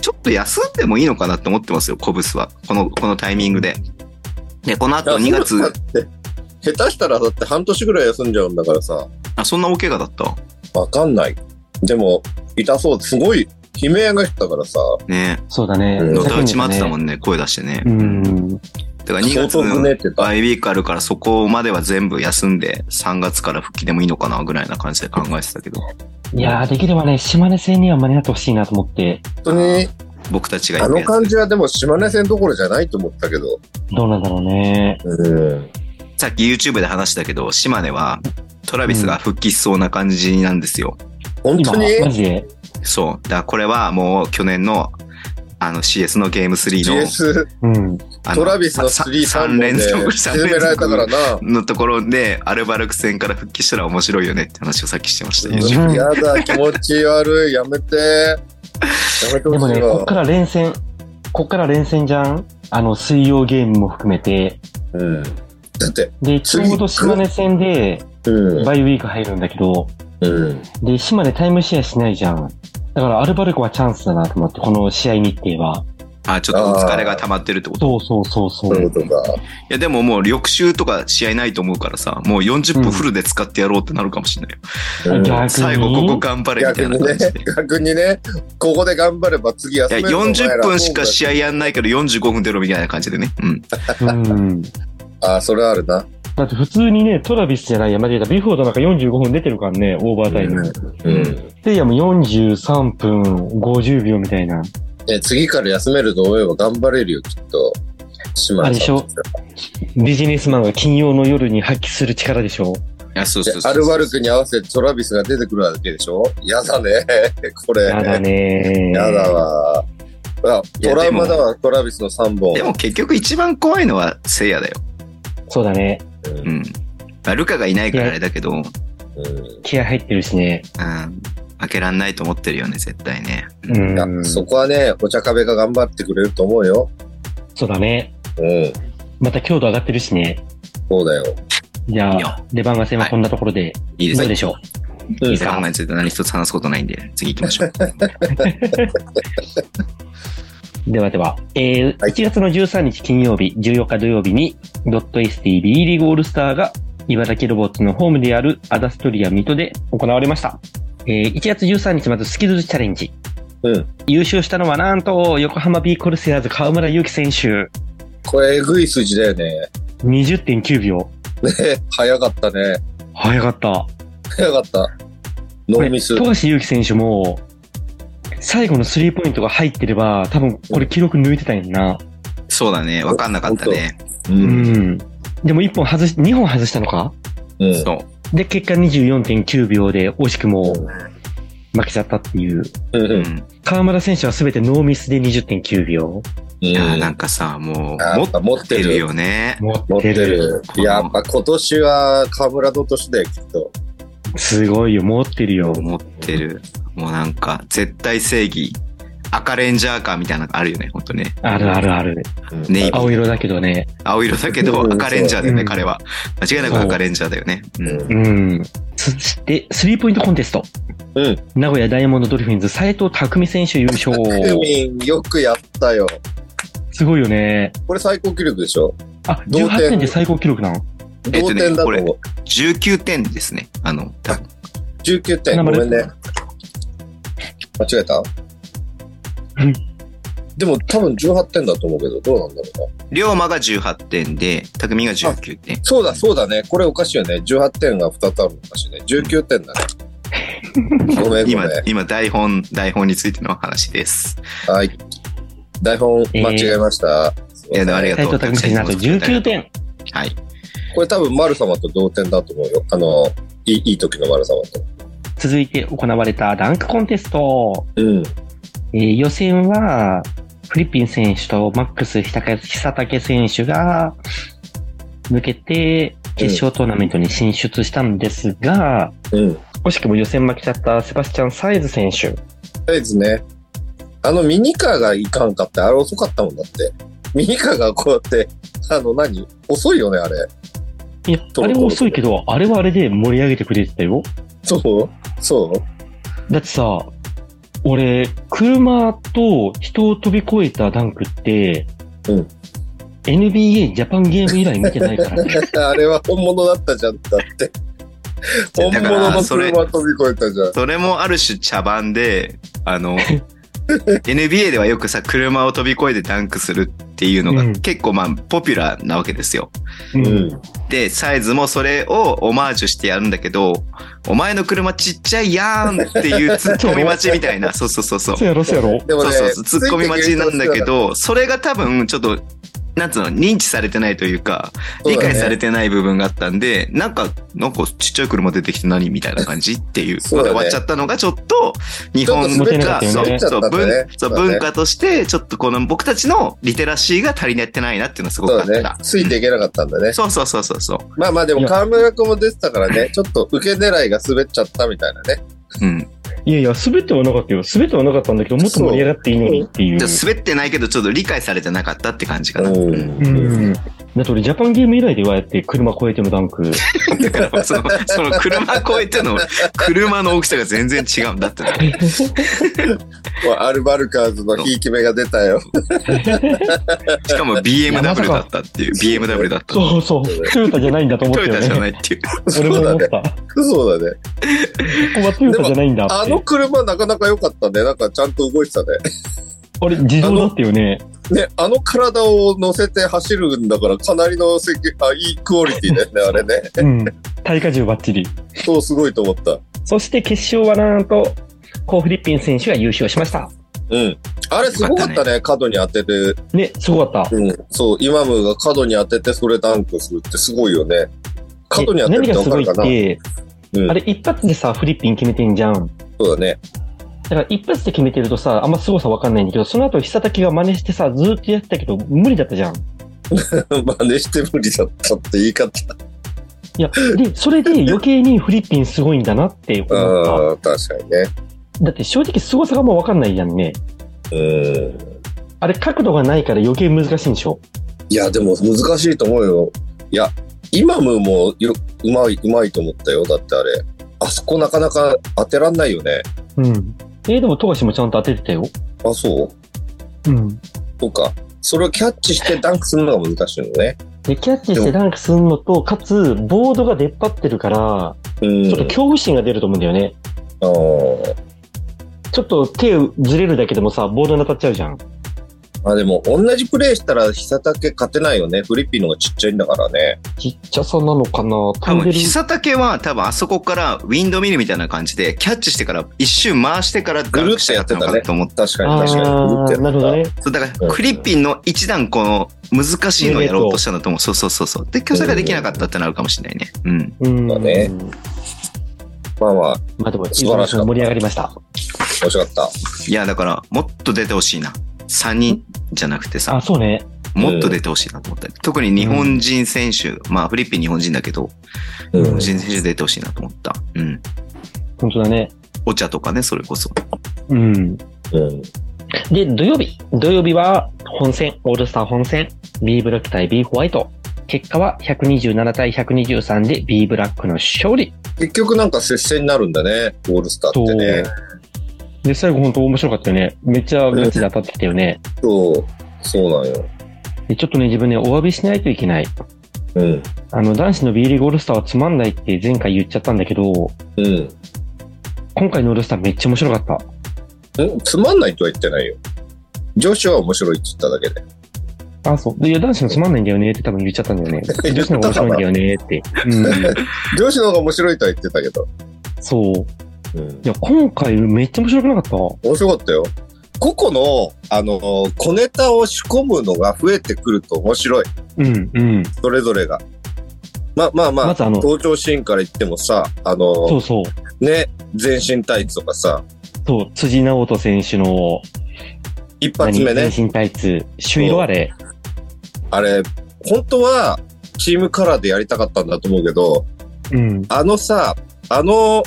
Speaker 3: ちょっと休んでもいいのかなって思ってますよ、コブスは。この、このタイミングで。で、この後2月
Speaker 2: だ、って、下手したらだって半年ぐらい休んじゃうんだからさ、
Speaker 3: あ、そんな大怪我だった
Speaker 2: わかんない。でも、痛そう。すごい、悲鳴が来たからさ、
Speaker 3: ね
Speaker 1: そうだね。
Speaker 2: うん
Speaker 3: 歌打ち回ってたも
Speaker 1: ん。
Speaker 3: んね、声出してね。
Speaker 1: うん。
Speaker 3: だから2
Speaker 2: 相
Speaker 3: 月
Speaker 2: 当
Speaker 3: の
Speaker 2: ぶねってた。
Speaker 3: バイウィークあるからそこまでは全部休んで、3月から復帰でもいいのかな、ぐらいな感じで考えてたけど、
Speaker 1: いやー、できればね、島根戦には間に合ってほしいなと思って、
Speaker 2: 本当に、
Speaker 3: 僕たちが
Speaker 2: あ
Speaker 3: 行く
Speaker 2: の
Speaker 3: やつ
Speaker 2: 感じはでも島根線どころじゃないと思ったけど。
Speaker 1: どうなんだろうね。
Speaker 2: うん。
Speaker 3: さっき YouTube で話したけど、島根はトラビスが復帰しそうな感じなんですよ。
Speaker 2: 本
Speaker 1: 今
Speaker 2: 当に、
Speaker 1: マジで。
Speaker 3: そう。だからこれはもう去年のあの CS のゲーム3の
Speaker 2: GS、
Speaker 1: うん。
Speaker 3: あ
Speaker 2: トラビスの3、3
Speaker 3: 3
Speaker 2: 本で
Speaker 3: 連
Speaker 2: 沈
Speaker 3: 続、3
Speaker 2: め
Speaker 3: 連
Speaker 2: られたから
Speaker 3: 続
Speaker 2: な。
Speaker 3: のところで、アルバルク戦から復帰したら面白いよねって話をさっきしてました、
Speaker 1: うん
Speaker 3: YouTube
Speaker 2: やだ、気持ち悪い。やめて。やめて
Speaker 1: でも
Speaker 2: ほし
Speaker 1: ね、
Speaker 2: い
Speaker 1: こっ
Speaker 2: わ
Speaker 1: か。ら連戦、こっから連戦じゃんあの、水曜ゲームも含めて。
Speaker 2: うん。だって、
Speaker 1: で、ちょうど島根戦で、
Speaker 2: うん。
Speaker 1: バイウィーク入るんだけど、
Speaker 2: うん。
Speaker 1: で、島根タイムシェアしないじゃん。だから、アルバルクはチャンスだなと思って、この試合日程は。
Speaker 3: あ、ちょっとお疲れが溜まってるってこと。い
Speaker 1: そうそうそうそ
Speaker 2: そういうう。ことか。
Speaker 3: や、でももう翌週とか試合ないと思うからさ、もう40分フルで使ってやろうってなるかもしれないよ。
Speaker 2: うん
Speaker 1: 逆に
Speaker 3: 最後ここ頑張れみた
Speaker 2: 逆
Speaker 3: いな
Speaker 2: に
Speaker 3: 感
Speaker 2: ね
Speaker 3: じで。、
Speaker 2: 逆にね、ここで頑張れば次休
Speaker 3: いや
Speaker 2: める
Speaker 3: 40分しか試合やんないけど45分出ろみたいな感じでね。うん。
Speaker 1: うん。
Speaker 2: 合。あ、それあるな。
Speaker 1: だって普通にね、トラビスじゃない、や、間違えた。ビュフォードなんか45分出てるからね、オーバータイム。
Speaker 2: うん。
Speaker 1: で、いやもう43分50秒みたいな。
Speaker 2: え、次から休めると思えば頑張れるよ、きっと。島根さんたちは
Speaker 1: ビジネスマンが金曜の夜に発揮する力でしょ。
Speaker 3: いや、そう
Speaker 2: で
Speaker 3: そうそうそう。
Speaker 2: アルバルクに合わせてトラビスが出てくるわけでしょやだね。 これ。
Speaker 1: やだね
Speaker 2: やだわ。あ
Speaker 3: いや
Speaker 2: トラウマだ
Speaker 3: で
Speaker 2: わ、トラビスの3本。
Speaker 3: でも結局一番怖いのは聖夜だよ。
Speaker 1: そうだね。
Speaker 2: うん
Speaker 3: うん。まあ、ルカがいないからあれだけど、うん。
Speaker 2: うん
Speaker 1: 気合入ってるしね。
Speaker 3: 負けらんないと思ってるよね、絶対ね。
Speaker 1: う
Speaker 2: い
Speaker 1: ん。
Speaker 2: や、
Speaker 1: そ
Speaker 2: そこはね、お茶壁が頑張ってくれると思うよ。
Speaker 1: うだね。
Speaker 2: うん。
Speaker 1: また強度上がってるしね。
Speaker 2: そうだよ。
Speaker 1: じ
Speaker 3: い
Speaker 1: ゃ
Speaker 3: いよ
Speaker 1: あ、出番が戦はこんなところで、
Speaker 3: いいです
Speaker 1: どう
Speaker 3: ね
Speaker 1: でしょ
Speaker 2: う
Speaker 3: い
Speaker 2: ん
Speaker 3: い考えについて何一つ話すことないんで、次行きましょう。
Speaker 1: う。ではでは、えー、
Speaker 2: はい
Speaker 1: 1月の13日金曜日、14日土曜日に、ドット STB リーグオールスターが、茨城ロボッツのホームであるアダストリア水戸で行われました。えー、1月13日、まずスキルズチャレンジ。
Speaker 2: うん
Speaker 1: 優勝したのはなんと、横浜 B コルセアーズ河村勇輝選手。
Speaker 2: これ、えぐい数字だよね。
Speaker 1: 20.9秒。
Speaker 2: ね早かったね。
Speaker 1: 早かった。
Speaker 2: 早かった。ノ
Speaker 1: こ
Speaker 2: ー
Speaker 1: れ
Speaker 2: ミス。
Speaker 1: 富樫勇樹選手も、最後のスリーポイントが入ってれば、多分これ記録抜いてたんやんな。
Speaker 3: そうだね。わかんなかったね。
Speaker 2: う。
Speaker 1: うんん。でも1本外し、2本外したのか
Speaker 2: うん。
Speaker 3: そ
Speaker 1: で、結果24.9秒で惜しくも負けちゃったっていう。
Speaker 2: うん
Speaker 3: う。う。
Speaker 2: うんん。
Speaker 1: 河村選手は全てノーミスで20.9秒。
Speaker 3: いやーな
Speaker 2: や
Speaker 3: んかさ、もう、
Speaker 2: っぱ持っ
Speaker 3: 持って
Speaker 2: て
Speaker 3: る
Speaker 2: る。
Speaker 3: よね。
Speaker 1: 持
Speaker 2: 持
Speaker 1: っ
Speaker 2: って
Speaker 1: てる。
Speaker 2: る。やっぱ今年は河村の年だよ、きっと。
Speaker 1: すごいよ、持ってるよ。
Speaker 3: 持ってる。もうなんか、絶対正義。赤レンジャーカーみたいなのがあるよね、ほんとね。
Speaker 1: あるあるある。
Speaker 3: ネイビー
Speaker 1: 青色だけどね。
Speaker 3: 青色だけど、
Speaker 2: うん
Speaker 3: 赤レンジャーだよ
Speaker 1: う
Speaker 3: ね、
Speaker 1: ん
Speaker 3: 彼は。間違いなく赤レンジャーだよね。う。
Speaker 2: うんん
Speaker 1: うん。そして、スリーポイントコンテスト。
Speaker 2: うん。
Speaker 1: 名古屋ダイヤモンドドルフィンズ、斎藤匠選手優 勝。
Speaker 2: クミン、よくやったよ。
Speaker 1: すごいよね。
Speaker 2: これ最高記録でしょ
Speaker 1: あ、
Speaker 2: 同点
Speaker 1: 18点で最高記録なん
Speaker 3: え
Speaker 2: 同
Speaker 3: っとね
Speaker 2: 点だと
Speaker 3: これ
Speaker 2: 思う。
Speaker 3: 19点ですね。あの、多分
Speaker 2: 19点。ごめんね。間違えた
Speaker 1: うん
Speaker 2: でも多分18点だと思うけど、どうなんだろうな。
Speaker 3: 龍馬が18点で、匠が19点。
Speaker 2: そうだ、そうだね。これおかしいよね。18点が2つあるのおかしいね。19点 だね。ごめん、ごめ
Speaker 3: 今
Speaker 2: ん。、
Speaker 3: 今、台本、台本についての話です。
Speaker 2: はい。台本間違えました。
Speaker 3: いや、でもありが
Speaker 1: 斎
Speaker 3: とう。
Speaker 1: 藤匠選手なんと19点。
Speaker 3: はい。
Speaker 2: これ多分丸様と同点だと思うよ。あの、いいいい時の丸様と。
Speaker 1: 続いて行われたダンクコンテスト。
Speaker 2: うん。
Speaker 1: えー予選は、フリッピン選手とマックス久武選手が抜けて、決勝トーナメントに進出したんですが、
Speaker 2: うん。
Speaker 1: 惜しくも予選負けちゃったセバスチャン・サイズ選手。
Speaker 2: とりあえずね、あのミニカーがいかんかって、あれ遅かったもんだって。ミニカーがこうやって、あの何、遅いよね、あれ。
Speaker 1: いや、
Speaker 2: そう
Speaker 1: あれは遅いけど、あれはあれで盛り上げてくれてたよ。
Speaker 2: そうそう
Speaker 1: だってさ、俺、車と人を飛び越えたダンクって、
Speaker 2: うん
Speaker 1: NBA ジャパンゲーム以来見てないからね。
Speaker 2: あれは本物だったじゃん、だって。 本
Speaker 3: だから
Speaker 2: 物の
Speaker 3: それ
Speaker 2: 車飛び越えたじゃん。
Speaker 3: それもある種茶番で、あの、NBA ではよくさ、車を飛び越えてダンクするっていうの
Speaker 1: う
Speaker 3: が
Speaker 1: ん
Speaker 3: 結構まあポピュラーなわけですよ。
Speaker 2: うん。
Speaker 3: で、サイズもそれをオマージュしてやるんだけど、お前の車ちっちゃいやんってい うツッコミ待ちみたいな、そうそうそうそう。
Speaker 1: そうやろ、そうやろ。
Speaker 2: でも
Speaker 3: そう
Speaker 2: ね、
Speaker 3: そうそう、ツッコミ待ちなんだけ
Speaker 2: ついて
Speaker 3: ど、それが多分ちょっと、なんつうの、認知されてないというか、
Speaker 2: そう
Speaker 3: 理
Speaker 2: だね
Speaker 3: 解されてない部分があったんで、なんか、なんかちっちゃい車出てきて何みたいな感じっていう
Speaker 2: そうだ
Speaker 3: ので
Speaker 2: ね
Speaker 3: 終わっちゃったのがちょっと、日
Speaker 2: き
Speaker 3: 本
Speaker 2: る人だ
Speaker 3: が、
Speaker 2: ったよ
Speaker 1: ちょっと滑っ
Speaker 3: そう
Speaker 2: ちゃった
Speaker 3: そ
Speaker 2: んだねそうだ
Speaker 3: う、文
Speaker 2: ね
Speaker 3: そう文化として、ちょっとこの僕たちのリテラシーが足りてないなっていうのはすごく
Speaker 2: そ
Speaker 3: あっ
Speaker 2: うだ
Speaker 3: た
Speaker 2: ね。。ついていけなかったんだね。
Speaker 3: そうそうそうそうそう。
Speaker 2: まあまあで
Speaker 1: い
Speaker 2: も
Speaker 1: や
Speaker 2: 河村君も出てたからね、ちょっと受け狙いが滑っちゃったみたいなね。
Speaker 3: うん。
Speaker 1: いやいや、滑ってはなかったよ。滑ってはなかったんだけど、もっと盛り上がっていいのにっていう。
Speaker 3: じゃあ滑ってないけど、ちょっと理解されてなかったって感じかな。
Speaker 2: う
Speaker 3: うん
Speaker 2: ん。
Speaker 1: うん。だって俺、ジャパンゲーム以来ではやって、車越えてのダンク。
Speaker 3: だから、 その、その車越えての、車の大きさが全然違うんだってね。
Speaker 2: まあアルバルカーズのひいき目が出たよ。
Speaker 3: しか
Speaker 1: や
Speaker 3: も
Speaker 1: まさ
Speaker 3: BMW
Speaker 1: か
Speaker 3: だったっていう、BMW だった。
Speaker 1: そうそう。トヨタじゃないんだと思っ
Speaker 3: ト
Speaker 1: た
Speaker 3: ヨ
Speaker 1: よ
Speaker 3: タじゃな
Speaker 1: ね。
Speaker 3: いっていう。
Speaker 2: そ
Speaker 1: 俺も
Speaker 2: うだ
Speaker 1: 思っ
Speaker 2: ね。
Speaker 1: た。こ
Speaker 2: そうだね。
Speaker 1: こはトヨタじゃないんだ
Speaker 2: あ
Speaker 1: って
Speaker 2: の。車なかなか良かったね。なんかちゃんと動いてたね。
Speaker 1: あれ、自動だったよね。
Speaker 2: ね、あの体を乗せて走るんだからかなりのせきあいいクオリティだよね、あれね。
Speaker 1: うん。耐荷重バッチリ。
Speaker 2: そうすごいと思った。
Speaker 1: そして決勝はなんと、コー・フリッピン選手が優勝しました。
Speaker 2: うん。あれすごかった
Speaker 3: よかっ
Speaker 2: ね、角に当てる。
Speaker 1: ね、すごかった。
Speaker 2: うん。そう、イマムが角に当ててそれダンクするってすごいよね。角に当てる
Speaker 1: 何
Speaker 2: って
Speaker 1: が
Speaker 2: わ
Speaker 1: す
Speaker 2: か
Speaker 1: ごい
Speaker 2: るかな
Speaker 1: って、
Speaker 2: うん
Speaker 1: あれ一発でさ、フリッピン決めてんじゃん。
Speaker 2: そうだね。
Speaker 1: だから一発で決めてるとさ、あんま凄さわかんないんだけど、その後久滝が真似してさ、ずーっとやってたけど、無理だったじゃん。
Speaker 2: 真似して無理だったって言い方。
Speaker 1: いや、で、それで余計にフリッピンすごいんだなって思っ
Speaker 2: うん、確かにね。
Speaker 1: た。だって正直凄さがもうわかんないじゃんね。
Speaker 2: うん。
Speaker 1: あれ角度がないから余計難しいんでしょ
Speaker 2: いや、でも難しいと思うよ。いや、イマムもようまい、うまいと思ったよ。だってあれ。あそこなかなか当てらんないよね。
Speaker 1: うん。えーでも富樫もちゃんと当ててたよ。
Speaker 2: あ、そう
Speaker 1: うん。
Speaker 2: そうか。それをキャッチしてダンクするのが難しいのね。
Speaker 1: で、キャッチしてダンクするのと、かつ、ボードが出っ張ってるから、
Speaker 2: うん。
Speaker 1: ちょっと恐怖心が出ると思うんだよね。
Speaker 2: あー
Speaker 1: ちょっと手ずれるだけでもさ、ボールに当たっちゃうじゃん。
Speaker 2: まあでも、同じプレーしたら久竹勝てないよね。フリッピーの方がちっちゃいんだからね。
Speaker 1: ちっちゃさなのかな
Speaker 3: 多
Speaker 1: 飛んでる
Speaker 3: 分、久竹は多分あそこからウィンドミルみたいな感じで、キャッチしてから一周回してからダンクしたやったのかなと思って。
Speaker 2: 確かに
Speaker 1: あ
Speaker 2: 確かに。フリッピー
Speaker 1: ー
Speaker 2: だ
Speaker 1: な
Speaker 2: っ
Speaker 1: るほ
Speaker 2: た
Speaker 1: どね。
Speaker 3: そうだから、クリッピンの一段この難しいのをやろうとしたんだと思う。そうそうそうそう。で、今日ができなかったってなるかもしれないね。うん。
Speaker 1: うん。
Speaker 2: そうだねまあまあ、
Speaker 1: まあでも、
Speaker 2: 素晴らしかった
Speaker 1: 盛り上がりました。
Speaker 2: 面白かった。
Speaker 3: いや、だから、もっと出てほしいな。3人じゃなくて
Speaker 1: あ、
Speaker 3: さ、
Speaker 1: そうね。
Speaker 3: もっと出てほしいなと思った。特に日本人選手、まあ、フリッピン日本人だけど、
Speaker 2: うん
Speaker 3: 日本人選手出てほしいなと思った。うん。
Speaker 1: 本当だね。
Speaker 3: お茶とかね、それこそ。
Speaker 1: うん。
Speaker 2: うん。
Speaker 1: で、土曜日。土曜日は、本戦、オールスター本戦、B ブロック対 B ホワイト。結果は127対123で B ブラックの勝利。
Speaker 2: 結局なんか接戦になるんだね。オールスターってね。
Speaker 1: で、最後本当面白かったよね。めっちゃガチで当たってきたよね。
Speaker 2: そう。そうなんよ。
Speaker 1: で、ちょっとね、自分ね、お詫びしないといけない。
Speaker 2: うん。
Speaker 1: あの、男子の B リーグオールスターはつまんないって前回言っちゃったんだけど、
Speaker 2: うん。
Speaker 1: 今回のオールスターめっちゃ面白かった。
Speaker 2: んつまんないとは言ってないよ。女子は面白いって言っただけで。
Speaker 1: あ、そう。いや、男子のつまんないんだよねって多分言っちゃったんだよね。女子の方が面白いんだよねって。うん。
Speaker 2: 女子の方が面白いとは言ってたけど。
Speaker 1: そう。
Speaker 2: うん
Speaker 1: い。や、今回めっちゃ面白くなかった
Speaker 2: 面白かったよ。個々の、あの、小ネタを仕込むのが増えてくると面白い。
Speaker 1: うん、うん。
Speaker 2: それぞれが。まあまあまあ、
Speaker 1: まずあの
Speaker 2: 登場シーンから言ってもさ、あ
Speaker 1: そ
Speaker 2: の
Speaker 1: う、そう。
Speaker 2: ね、全身タイツとかさ、
Speaker 1: そう、辻直人選手の、
Speaker 2: 一発目ね、
Speaker 1: 全身タイツ、朱色あれ。
Speaker 2: あれ、本当はチームカラーでやりたかったんだと思うけど、
Speaker 1: うん。
Speaker 2: あのさ、あの、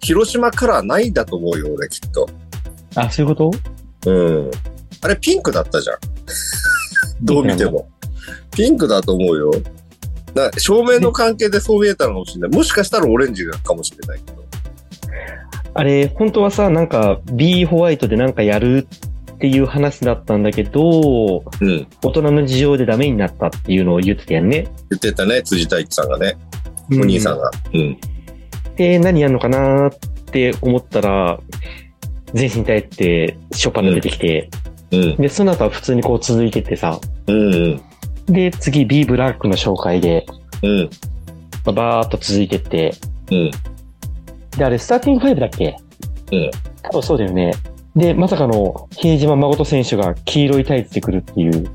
Speaker 2: 広島カラーないんだと思うよ、俺、きっと。
Speaker 1: あ、そういうこと
Speaker 2: うん。あれ、ピンクだったじゃん。どう見ても。ピンクだと思うよ。だ照明の関係でそう見えたのかもしれない。もしかしたらオレンジかもしれないけど。
Speaker 1: あれ、本当はさ、なんか、B ホワイトでなんかやるっていう話だったんだけど、
Speaker 2: うん。
Speaker 1: 大人の事情でダメになったっていうのを言ってたやんね。
Speaker 2: 言ってたね、辻太一さんがね、お兄さんが。うん。
Speaker 1: で、何やるのかなーって思ったら、全身タイツって、ショパンが出てきて、
Speaker 2: うん。
Speaker 1: で、その後は普通にこう続いてってさ、
Speaker 2: うん。うん。
Speaker 1: で、次 B ブラックの紹介で、
Speaker 2: うん。
Speaker 1: まあバーっと続いてって、
Speaker 2: うん。
Speaker 1: で、あれ、スターティングファイブだっけ
Speaker 2: うん。
Speaker 1: 多分そうだよね。で、まさかの、比江島誠選手が黄色いタイツで来るって いう。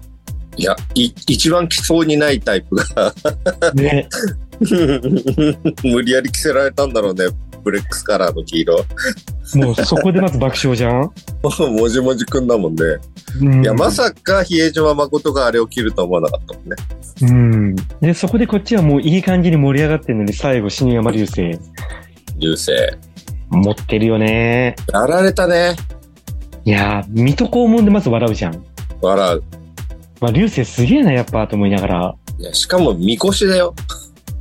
Speaker 2: いや、い、一番着そうにないタイプが、
Speaker 1: ね。
Speaker 2: 無理やり着せられたんだろうね。ブレックスカラーの黄色。
Speaker 1: もうそこでまず爆笑じゃん、
Speaker 2: もじもじくんだもんね。
Speaker 1: うん、
Speaker 2: いや、まさか比江島誠があれを着るとは思わなかったもんね。
Speaker 1: うん。で、そこでこっちはもういい感じに盛り上がってるのに、最後、死に山流星。
Speaker 2: 流星。
Speaker 1: 持ってるよね。
Speaker 2: やられたね。
Speaker 1: いやー、水戸黄門でまず笑うじゃん。
Speaker 2: 笑う。
Speaker 1: まあ、流星すげえな、やっぱ、と思いながら。
Speaker 2: いや、しかも、みこしだよ。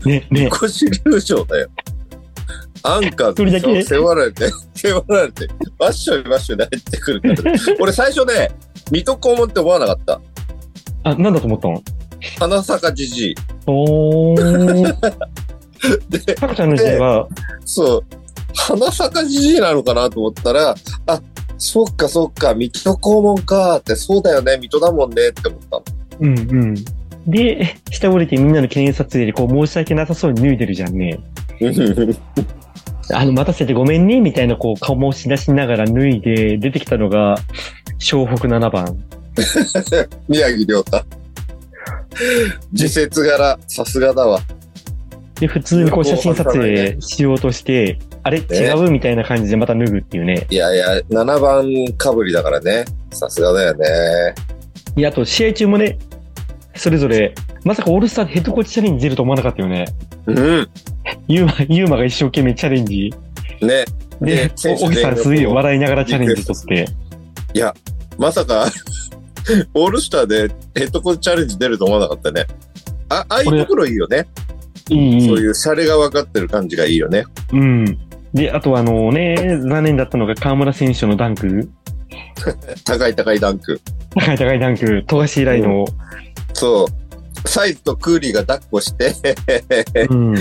Speaker 1: ね、
Speaker 2: み
Speaker 1: ね。
Speaker 2: こし流星だよ。アンカー
Speaker 1: それだけ
Speaker 2: そう背負われて、 背負われて、バッショイバッショイで入ってくるから。俺最初ね、水戸黄門って思わなかった。
Speaker 1: あ、なんだと思ったの
Speaker 2: 花坂じじい。
Speaker 1: おー。
Speaker 2: で、
Speaker 1: タコちゃんの時代は、
Speaker 2: そう、花坂じじいなのかなと思ったら、あ、そっかそっか、水戸黄門かって、そうだよね、水戸だもんねって思ったの。
Speaker 1: うんうん。で、下降りてみんなの記念撮影でこう申し訳なさそうに脱いでるじゃんね。あの、待たせてごめんね、みたいなこう顔もし出しながら脱いで出てきたのが、湘北7番。
Speaker 2: 宮城亮太。自節柄、さすがだわ。
Speaker 1: で、普通にこう写真撮影しようとして、あれ違うみたいな感じでまた脱ぐっていうね。
Speaker 2: いやいや、7番かぶりだからね。さすがだよね。
Speaker 1: いや、あと試合中もね、それぞれ、まさかオールスターでヘッドコーチチャレンジ出ると思わなかったよね。
Speaker 2: うん。
Speaker 1: ユーマ、ユーマが一生懸命チャレンジ。
Speaker 2: ね。
Speaker 1: で
Speaker 2: ね、選手
Speaker 1: お荻さんすげえ
Speaker 2: 全力を
Speaker 1: 笑いながらチャレンジとって。
Speaker 2: いや、まさか、 オールスターでヘッドコーチチャレンジ出ると思わなかったね。あ、ああいうところいいよね。
Speaker 1: いい、いい
Speaker 2: そう。いうシャレが分かってる感じがいいよね。
Speaker 1: うん。で、あとあのね、残念だったのが河村選手のダンク。
Speaker 2: 高い高いダンク。
Speaker 1: 高い高いダンク、富樫以来の。
Speaker 2: そう。サイズとクーリーが抱っこして、
Speaker 1: うん。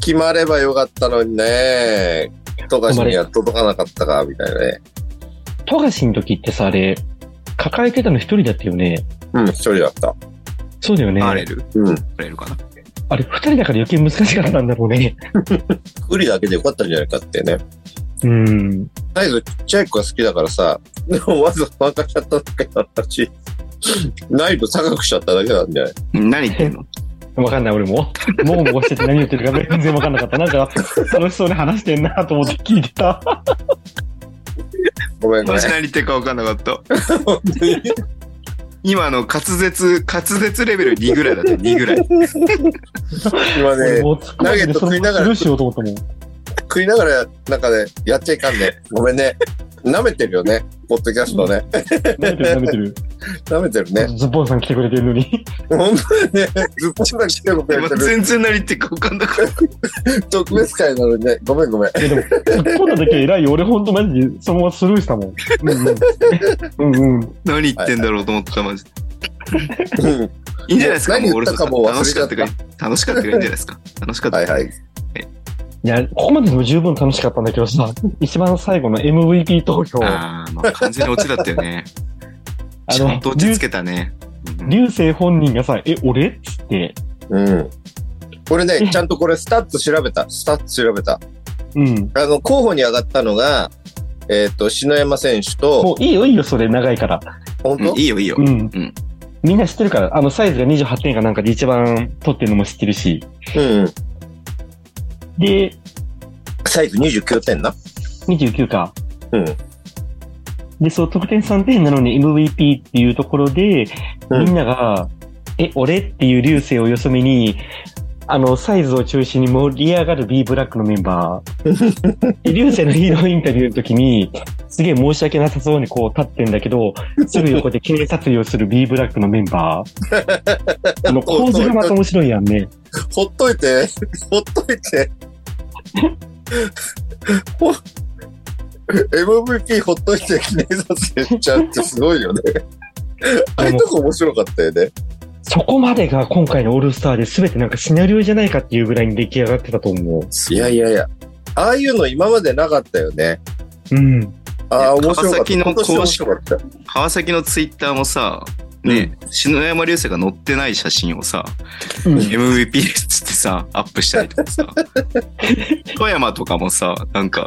Speaker 2: 決まればよかったのにね。富樫には届かなかったか、みたいなね。
Speaker 1: 富樫の時ってさ、あれ、抱えてたの一人だったよね。
Speaker 2: うん、一人だった。
Speaker 1: そうだよね。
Speaker 3: バ
Speaker 1: あ
Speaker 3: レ
Speaker 1: れ、
Speaker 3: る
Speaker 2: うん。
Speaker 3: バレるかな
Speaker 1: 二人だから余計難しかったんだろうね。
Speaker 2: 不利だけでよかったんじゃないかってね。
Speaker 1: うん。
Speaker 2: サイズちっちゃい子が好きだからさ、 でもわざわざ赤ちゃっただけだったし、 難易度高くしちゃっただけなんじゃない
Speaker 3: うん何言って んの
Speaker 1: わかんない、俺も。もごもごしてて何言ってるか全然わかんなかった。なんか、楽しそうに話してんなと思って聞いてた。
Speaker 2: ごめん ごめん
Speaker 3: 私。何言ってるか分かんなかった。今の滑舌、滑舌レベル2ぐらいだった、2ぐらい。
Speaker 2: 今ね、
Speaker 1: もう突っ込まれて
Speaker 2: ナゲット食いなが
Speaker 1: そのままス
Speaker 2: ら
Speaker 1: ルーしようと思ったもん。
Speaker 2: 食いながらなんかね、やっちゃいかんね。ごめんね。舐めてるよね。ポッドキャストね。
Speaker 1: 舐めてる、舐めてる。
Speaker 2: 舐めて るね。
Speaker 1: ズッポンさん来てくれてるのに。
Speaker 2: 本当にね、ずっと来てる
Speaker 3: 今
Speaker 2: る。
Speaker 3: 全然何言ってるか分かんなかった。
Speaker 2: 特別会なのにね、ごめんご めん。
Speaker 1: いやでも、ズッポンの時は偉いよ。俺ほんとマジでそのままスルーしたもん。うんうん。うんうん。
Speaker 3: 何言ってんだろうと思ってた、マジで。
Speaker 2: うん
Speaker 3: いいんじゃないですか、
Speaker 2: 何
Speaker 3: も
Speaker 2: 言
Speaker 3: う
Speaker 2: っ
Speaker 3: 俺
Speaker 2: たかも
Speaker 3: 楽しかったから
Speaker 2: 忘れ
Speaker 3: 楽しかったからいいんじゃないですか。楽しかっ た
Speaker 2: は
Speaker 3: か
Speaker 2: い
Speaker 3: ら。
Speaker 2: はい。
Speaker 1: いや、ここまででも十分楽しかったんだけどさ、一番最後の MVP 投票、あ
Speaker 3: ああ、まあ完全に落ちだったよね。ちゃん
Speaker 1: の
Speaker 3: と、落ち着けたね。うん
Speaker 1: 流星本人がさ、え、俺っつって、
Speaker 2: うん。これね、ちゃんとこれスタッツ調べた。スタッツ調べた。
Speaker 1: うん。
Speaker 2: あの、候補に上がったのが、えっ、と、篠山選手
Speaker 1: も
Speaker 2: と、
Speaker 1: ういいよいいよ、それ長いから。
Speaker 2: 本
Speaker 3: うん
Speaker 2: 当
Speaker 3: いいよ、いいよ
Speaker 1: う。ん
Speaker 3: うん。
Speaker 1: みんな知ってるから、あの、サイズが28点かなんかで一番取ってるのも知ってるし。
Speaker 2: うん。
Speaker 1: で、
Speaker 2: サイズ29点な。
Speaker 1: 29か。
Speaker 2: うん。
Speaker 1: で、そう、得点3点なのに MVP っていうところで、
Speaker 2: うん
Speaker 1: みんなが、え、俺っていう流星をよそ見に、あの、サイズを中心に盛り上がる B ブラックのメンバ ー。で流星のヒーローインタビューの時に、すげえ申し訳なさそうにこう立ってんだけど、すぐ横で記念撮影をする B ブラックのメンバ ー。あの、構図がまた面白いやんね。
Speaker 2: ほっといて、ほっといて。ほ MVP ほっといて記念撮影しちゃうってすごいよね。ああいうとこ面白かったよね。
Speaker 1: そこまでが今回のオールスターで全てなんかシナリオじゃないかっていうぐらいに出来上がってたと思う。
Speaker 2: いやいやいや。ああいうの今までなかったよね。
Speaker 1: うん。
Speaker 2: ああ、
Speaker 3: ね
Speaker 2: 面白か
Speaker 3: 川
Speaker 2: った。
Speaker 3: 崎の
Speaker 2: 今年面白かった。
Speaker 3: 川崎のツイッターもさ、ね、篠山流星が載ってない写真をさ、
Speaker 1: うん
Speaker 3: MVP ですっつってさ、アップしたりとかさ、富山とかもさ、なんか、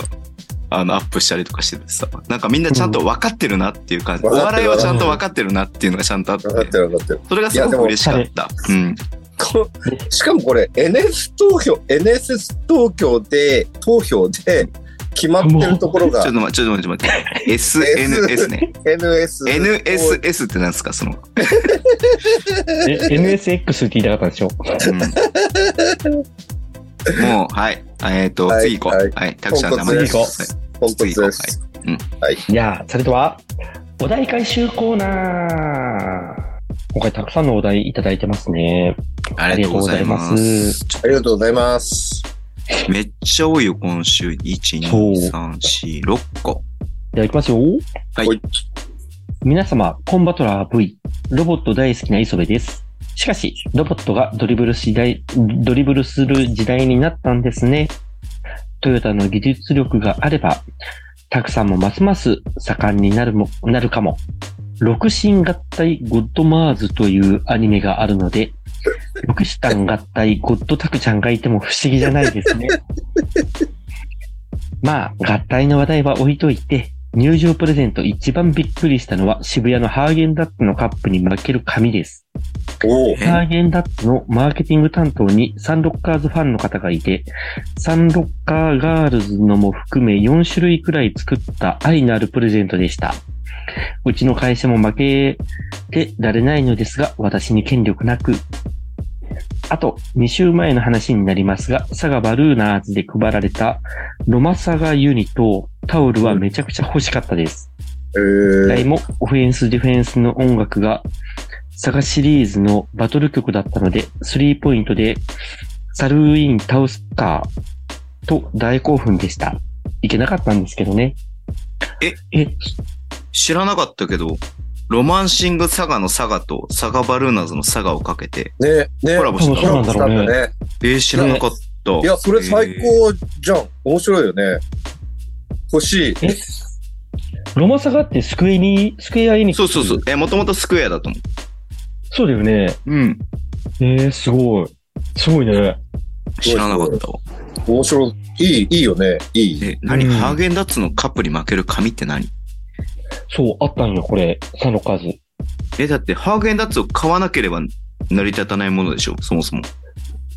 Speaker 3: あの、アップしたりとかしててさ、なんかみんなちゃんと分かってるなっていう感じ。
Speaker 2: うん
Speaker 3: お笑いはちゃんと分かってるなっていうのがちゃんとあって
Speaker 2: 分、かってる分かってる。
Speaker 3: それがすごく嬉しかった。うん。
Speaker 2: こしかもこれ NS 投票、NSS 投票で、投票で決まってるところ
Speaker 3: ちょ
Speaker 2: が
Speaker 3: っと待って、ちょっと待って、待って。SNS ね。
Speaker 2: NS。
Speaker 3: NSS ってなんですかその、
Speaker 1: え、NSX って言いたかったんでしょ
Speaker 3: うんもう、はい。えっ、と、
Speaker 2: はい
Speaker 3: 次行こう。
Speaker 2: は
Speaker 3: はいい。たくちゃん、名前
Speaker 2: 次
Speaker 1: 行こう
Speaker 2: ポンコツです。
Speaker 1: いやー、それでは、お題回収コーナー。今回たくさんのお題いただいてますね。
Speaker 3: はいありがとうございま。
Speaker 1: ありがとうございます
Speaker 2: ありがとうございます。
Speaker 3: めっちゃ多いよ、今週。1、2、3、4、6個。
Speaker 1: いただきますよ。
Speaker 3: はい
Speaker 2: はい
Speaker 1: 皆様、コンバトラー V、ロボット大好きな磯部です。しかし、ロボットがドリブル時代、ドリブルする時代になったんですね。トヨタの技術力があれば、たくさんもますます盛んになるも、なるかも。六神合体ゴッドマーズというアニメがあるので、六神団合体ゴッドタクちゃんがいても不思議じゃないですね。まあ、合体の話題は置いといて、入場プレゼント一番びっくりしたのは渋谷のハーゲンダッツのカップに負ける紙です。
Speaker 2: おお。
Speaker 3: え
Speaker 1: ハーゲンダッツのマーケティング担当にサンロッカーズファンの方がいて、サンロッカーガールズのも含め4種類くらい作った愛のあるプレゼントでした。うちの会社も負けてられないのですが、私に権力なく。あと、2週前の話になりますが、佐賀バルーナーズで配られたロマサガユニとタオルはめちゃくちゃ欲しかったです。
Speaker 2: え
Speaker 1: 今回
Speaker 2: ー、
Speaker 1: もオフェンス、ディフェンスの音楽が、サガシリーズのバトル曲だったので、スリーポイントで、サルーイン倒すか、と大興奮でした。いけなかったんですけどね。
Speaker 3: え
Speaker 1: え、
Speaker 3: 知らなかったけど、ロマンシングサガのサガとサガバルーナーズのサガをかけて
Speaker 2: ね、ね
Speaker 3: コ。ラボし
Speaker 1: そ
Speaker 3: た
Speaker 1: うな
Speaker 3: の。
Speaker 1: んだろうね
Speaker 2: コラボしたんだね
Speaker 3: えー、知らなかった。
Speaker 2: いや、それ最
Speaker 3: えー
Speaker 2: 高じゃん。面白いよね。欲しい。
Speaker 1: え、ロマサガってスクエニ、スクエアエニック
Speaker 3: そう
Speaker 1: ス
Speaker 3: そうそう。。え、もともとスクエアだと思
Speaker 1: そうだよね。
Speaker 3: う。うん。
Speaker 1: えー、すごい。すごいね。
Speaker 3: 知らなかったわ。
Speaker 2: 面白い。いい、いいよね。いい。
Speaker 3: え、何、
Speaker 1: うん
Speaker 3: ハーゲンダッツのカップに負ける紙って何
Speaker 1: そう、あったんよ、これ。差の数。
Speaker 3: え、だってハーゲンダッツを買わなければ成り立たないものでしょ、そもそも。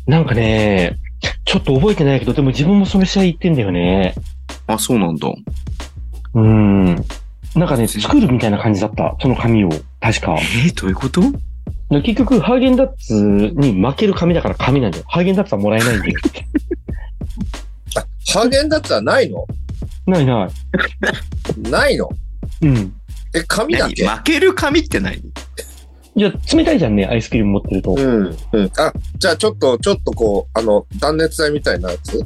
Speaker 1: なんかね、ちょっと覚えてないけど、でも自分もその試合行ってんだよね。
Speaker 3: あ、そうなんだ。
Speaker 1: うん。なんかね、作るみたいな感じだった。その紙を。確か。
Speaker 3: えどういうこと
Speaker 1: で結局、ハーゲンダッツに負ける紙だから紙なんだよ。ハーゲンダッツはもらえないんだよ。
Speaker 2: あハーゲンダッツはないの
Speaker 1: ないな
Speaker 2: ないの
Speaker 1: い。うん。
Speaker 2: え、紙だ
Speaker 3: 何
Speaker 2: け
Speaker 3: 負ける紙って何
Speaker 1: いや、冷たいじゃんね、アイスクリーム持ってると
Speaker 2: う。ん。うん。あ、じゃあちょっと、ちょっとこう、あの、断熱材みたいなやつ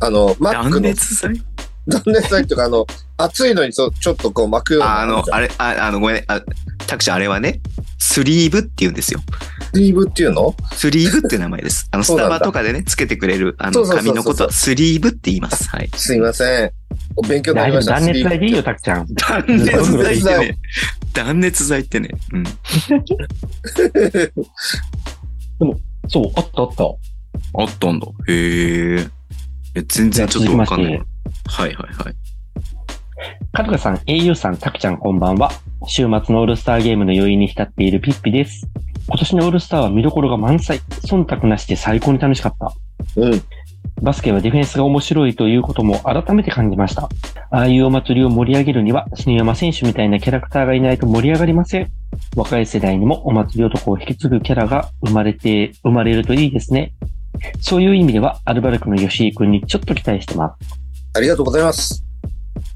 Speaker 2: あの、マック
Speaker 3: 断
Speaker 2: の
Speaker 3: 熱材
Speaker 2: 断熱材っていうか、あの、熱いのにそうちょっとこう巻くような。
Speaker 3: ああの、あれ、ああの、ごめんね。あ、タクシーあれはね、スリーブって言うんですよ。
Speaker 2: スリーブっていうの
Speaker 3: スリーブって名前です。あの、
Speaker 2: そ
Speaker 3: ス
Speaker 2: うなん
Speaker 3: タ
Speaker 2: だ
Speaker 3: バとかでね、つけてくれる、あ
Speaker 2: そ
Speaker 3: の、
Speaker 2: うそうそうそう
Speaker 3: 紙のことはスリーブって言います。はい。
Speaker 2: すいません。お勉強にな
Speaker 1: 大丈
Speaker 2: りま
Speaker 1: 夫、
Speaker 2: した。
Speaker 1: 断熱材でいいよ、
Speaker 2: ス
Speaker 1: たくちゃん。
Speaker 3: 断熱材
Speaker 2: 断熱
Speaker 3: ってね。断熱材ってね。うん。
Speaker 1: そう、あったあった。
Speaker 3: あったんだ。へえ。え全然ちょっとわかんな
Speaker 1: じ
Speaker 3: い
Speaker 1: ゃあ。
Speaker 3: はいはいはい。
Speaker 1: かずかさん、au さん、たくちゃんこんばんは。週末のオールスターゲームの余韻に浸っているピッピです。今年のオールスターは見どころが満載。忖度なしで最高に楽しかった。
Speaker 2: リーブって
Speaker 1: バスケはディフェンスが面白いということも改めて感じました。ああいうお祭りを盛り上げるには、篠山選手みたいなキャラクターがいないと盛り上がりません。若い世代にもお祭り男を引き継ぐキャラが生まれて、生まれるといいですね。そういう意味では、アルバルクの吉井君にちょっと期待してます。
Speaker 2: うん。ありがとうござい ます。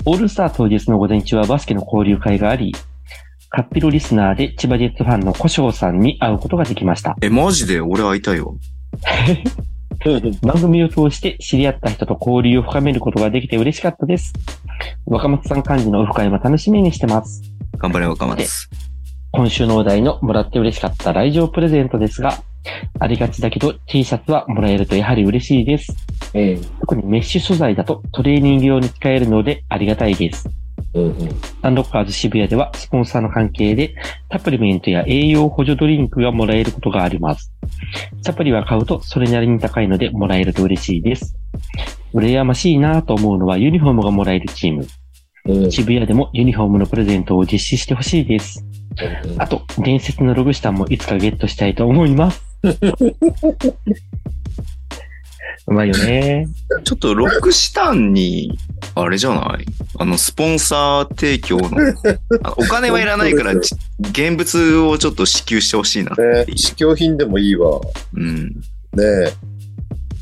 Speaker 1: オールスター当日の午前中はバスケの交流会があり、カッピロリスナーで千葉ジェッツファンの古生さんに会うことができました。
Speaker 3: え、マジで俺会いたいわ。
Speaker 1: 番組を通して知り合った人と交流を深めることができて嬉しかったです。若松さん幹事のオフ会も楽しみにしてます。
Speaker 3: 頑張れ若松。
Speaker 1: 今週のお題のもらって嬉しかった来場プレゼントですが、ありがちだけど T シャツはもらえるとやはり嬉しいです。
Speaker 2: うん。
Speaker 1: 特にメッシュ素材だとトレーニング用に使えるのでありがたいです。
Speaker 2: うんうん。
Speaker 1: サンロッカーズ渋谷ではスポンサーの関係でサプリメントや栄養補助ドリンクがもらえることがあります。サプリは買うとそれなりに高いのでもらえると嬉しいです。羨ましいなぁと思うのはユニフォームがもらえるチーム。
Speaker 2: うん
Speaker 1: 渋谷でもユニフォームのプレゼントを実施してほしいです。あと、伝説のログシタンもいつかゲットしたいと思います。 うまいよね。
Speaker 3: ちょっとロックシタンに、あれじゃないあの、スポンサー提 供の、あお金はいらないから、
Speaker 2: 本
Speaker 3: ち現物をちょっと支給してほしいなって
Speaker 2: ね
Speaker 3: いう。
Speaker 2: 試供品でもいいわ。
Speaker 3: うん。
Speaker 2: ね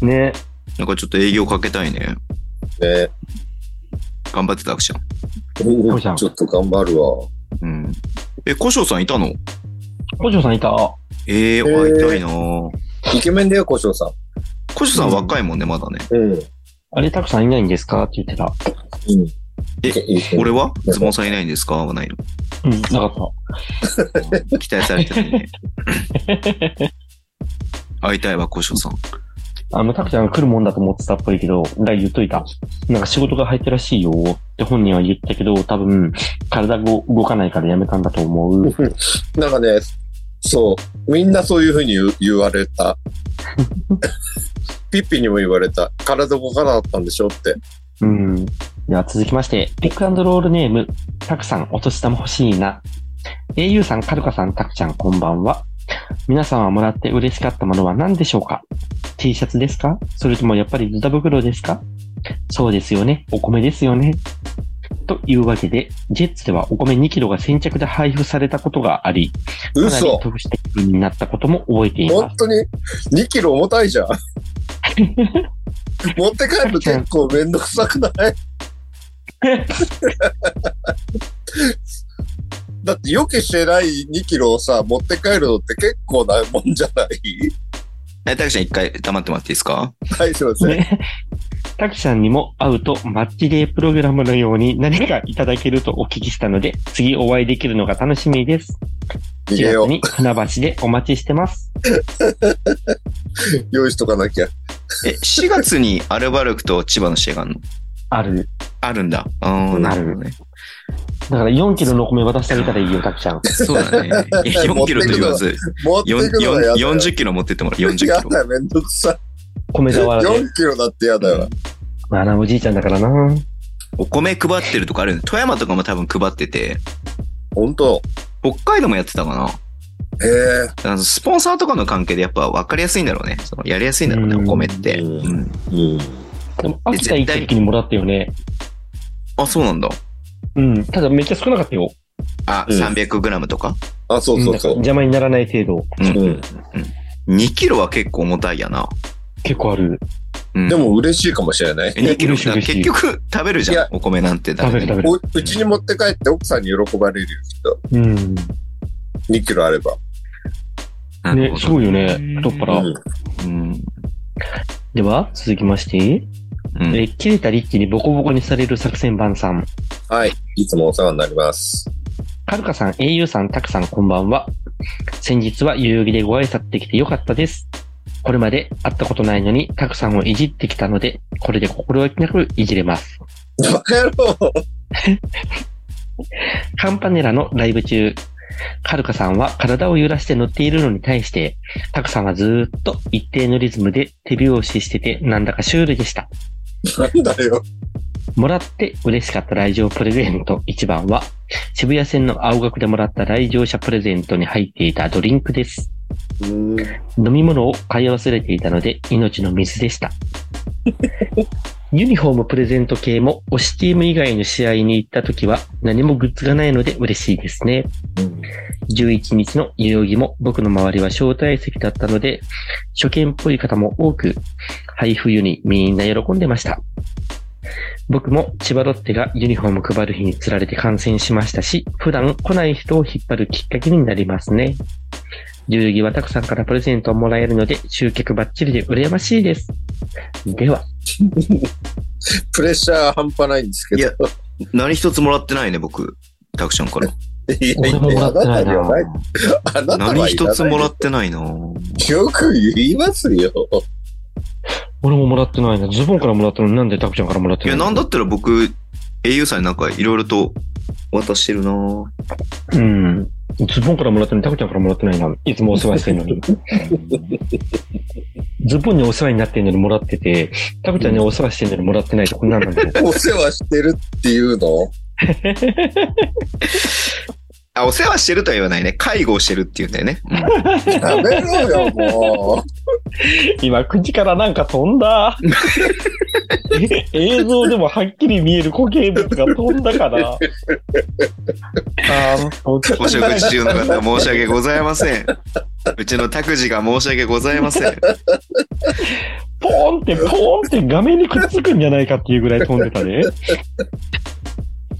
Speaker 1: ね。
Speaker 3: なんかちょっと営業かけたいね。
Speaker 2: え、ね
Speaker 3: 頑張ってたアクション。
Speaker 2: え。う
Speaker 1: うじゃん
Speaker 2: んちょっと頑張るわ。
Speaker 3: うん。え、古生さんいたの
Speaker 1: お嬢さんいた。
Speaker 3: ええ
Speaker 2: えー
Speaker 3: 会いたいなぁ
Speaker 2: イケメンだよ、小翔さん。
Speaker 3: 古生さん若いもんね、まだね。
Speaker 2: うん。うん。
Speaker 1: あれ、たくさんいないんですかって言ってた。
Speaker 3: え
Speaker 2: え
Speaker 3: 俺はズボンさんいないんですか はないの。
Speaker 1: うん、なかった。
Speaker 3: 期待されてるね。 会いたいわ、古生さん。
Speaker 1: あの、タクちゃんが来るもんだと思ってたっぽいけど、だから言っといた。なんか仕事が入ったらしいよって本人は言ったけど、多分、体が動かないからやめたんだと思う。
Speaker 2: なんかね、そう、みんなそういうふうに言う言われ た。ピッピにも言われた。体動かなかったんでしょって。
Speaker 1: うん。では続きまして、ピックアンドロールネーム、タクさんお年玉欲しいな。au さん、カルカさん、タクちゃんこんばんは。皆さんはもらって嬉しかったものは何でしょうか ?T シャツですかそれともやっぱりズタ袋ですかそうですよね。お米ですよね。というわけで、ジェッツではお米2キロが先着で配布されたことがあり、かなり
Speaker 2: 嘘
Speaker 1: 得してるになったことも覚えていま
Speaker 2: 本
Speaker 1: す。
Speaker 2: 当に2キロ重た いじゃん。持って帰ると結構めんどくさ くないだって予期してない2キロをさ、持って帰るのって結構なもんじゃない
Speaker 3: え、たけしゃん一回黙ってもらっていいですか
Speaker 2: はい、すいません。
Speaker 1: ね、タキさんにも会うとマッチデープログラムのように何かいただけるとお聞きしたので、次お会いできるのが楽しみです。
Speaker 2: 逃げ
Speaker 1: 4
Speaker 2: よ
Speaker 1: 月に船橋でお待ちしてます。
Speaker 2: う。用意しとかなきゃ。
Speaker 3: え、4月にアルバルクと千葉の試合があるの
Speaker 1: ある。
Speaker 3: あるんだ。あーなるほどね。
Speaker 1: だから4キロのお米渡してあげたらいいよ、たくちゃん。
Speaker 3: そうだね。 いや4キロと言わず、
Speaker 2: 持って
Speaker 3: よん
Speaker 2: くの
Speaker 3: よ
Speaker 2: は
Speaker 3: ん
Speaker 2: やだよ。
Speaker 3: 40キロ持ってってもらう、40キ
Speaker 2: や
Speaker 3: ロ。
Speaker 2: だ、めんどくさい。
Speaker 1: 米俵で。
Speaker 2: 4キロだってやだよ。
Speaker 1: まあな、おじいちゃんだからな。
Speaker 3: お米配ってるとこある富山とかも多分配ってて、
Speaker 2: 本当
Speaker 3: 北海道もやってたかな
Speaker 2: へえ。
Speaker 3: あのスポンサーとかの関係でやっぱ分かりやすいんだろうね。そのやりやすいんだろうね、
Speaker 1: うん
Speaker 3: お米って。
Speaker 2: うん
Speaker 3: うん
Speaker 2: うん。
Speaker 1: でも、秋田行った時にもらったよね。
Speaker 3: あ、そうなんだ。
Speaker 1: うん。ただめっちゃ少なかったよ。。
Speaker 3: あ、
Speaker 2: うん
Speaker 3: 300g とか
Speaker 2: あ、そうそうそううん
Speaker 1: 邪魔にならない程度。
Speaker 3: うん
Speaker 2: うん
Speaker 3: うん。2キロは結構重たいやな。
Speaker 1: 結構ある。
Speaker 3: うん、
Speaker 2: で、も嬉しいかもしれない。
Speaker 3: 2キロ
Speaker 1: 嬉しい嬉しい
Speaker 3: 結局食べるじ
Speaker 2: い
Speaker 3: ゃん
Speaker 2: や、
Speaker 3: お米なんて
Speaker 1: 食べる食べる
Speaker 2: おうちに持って帰って奥さんに喜ばれるよ、きっと。。
Speaker 1: うん。
Speaker 2: 2キロあれば。
Speaker 3: な
Speaker 1: ね、
Speaker 3: るほど
Speaker 1: すごいよね。太っ腹。
Speaker 2: うん
Speaker 3: うん。
Speaker 1: では、続きまして、
Speaker 3: うん
Speaker 1: え、切れたリッチにボコボコにされる作戦番さん。
Speaker 2: はい。いつもお世話になります。
Speaker 1: はるかさん、au さん、たくさん、こんばんは。先日は代々木でご挨拶できてよかったです。これまで会ったことないのに、たくさんをいじってきたので、これで心置きなくいじれます。
Speaker 2: バカ野郎
Speaker 1: カンパネラのライブ中、はるかさんは体を揺らして乗っているのに対して、たくさんはずーっと一定のリズムで手拍子してて、なんだかシュールでした。
Speaker 2: なんだよ。
Speaker 1: もらって嬉しかった来場プレゼント1番は、渋谷線の青学でもらった来場者プレゼントに入っていたドリンクです。
Speaker 2: うん。
Speaker 1: 飲み物を買い忘れていたので命の水でした。ユニフォームプレゼント系も推しチーム以外の試合に行った時は何もグッズがないので嬉しいですね。11日の代々木も僕の周りは招待席だったので初見っぽい方も多く配布ユニみんな喜んでました。僕も千葉ロッテがユニフォーム配る日につられて観戦しましたし、普段来ない人を引っ張るきっかけになりますね。代々木はたくさんからプレゼントをもらえるので、集客バッチリで羨ましいです。では、
Speaker 2: プレッシャー半端ないんですけど。
Speaker 3: いや何一つもらってないね、僕。タクションから。
Speaker 2: いや
Speaker 1: 俺ももらってない
Speaker 2: あなたにはない。
Speaker 1: な。
Speaker 2: あなたはいら
Speaker 3: 何
Speaker 2: ない
Speaker 3: 一つもらってないな。
Speaker 2: よく言いますよ。
Speaker 1: 俺ももらってないな。ズボンからもらったのになんでタクちゃんからもらって
Speaker 3: い
Speaker 1: ない
Speaker 3: や、
Speaker 1: の
Speaker 3: なんだったら僕、au さんになんかいろいろと渡してるな。
Speaker 1: うん。ズボンからもらったのにタクちゃんからもらってないな。いつもお世話してるのに。ズボンにお世話になってるのにもらってて、タクちゃんにお世話してるのにもらってないってこんなんなんだよ。
Speaker 2: お世話してるっていうの
Speaker 3: あ、お世話してるとは言わないね。介護をしてるって言うんだよね。うん
Speaker 2: やめろよ、も
Speaker 1: 今、口からなんか飛んだ。え 映像でもはっきり見える固形物が飛んだから。あー
Speaker 3: お食事中の 方申し訳ございません。うちの拓司が申し訳ございま せん。
Speaker 1: ポーンって、ポーンって画面にくっつくんじゃないかっていうぐらい飛んでたね。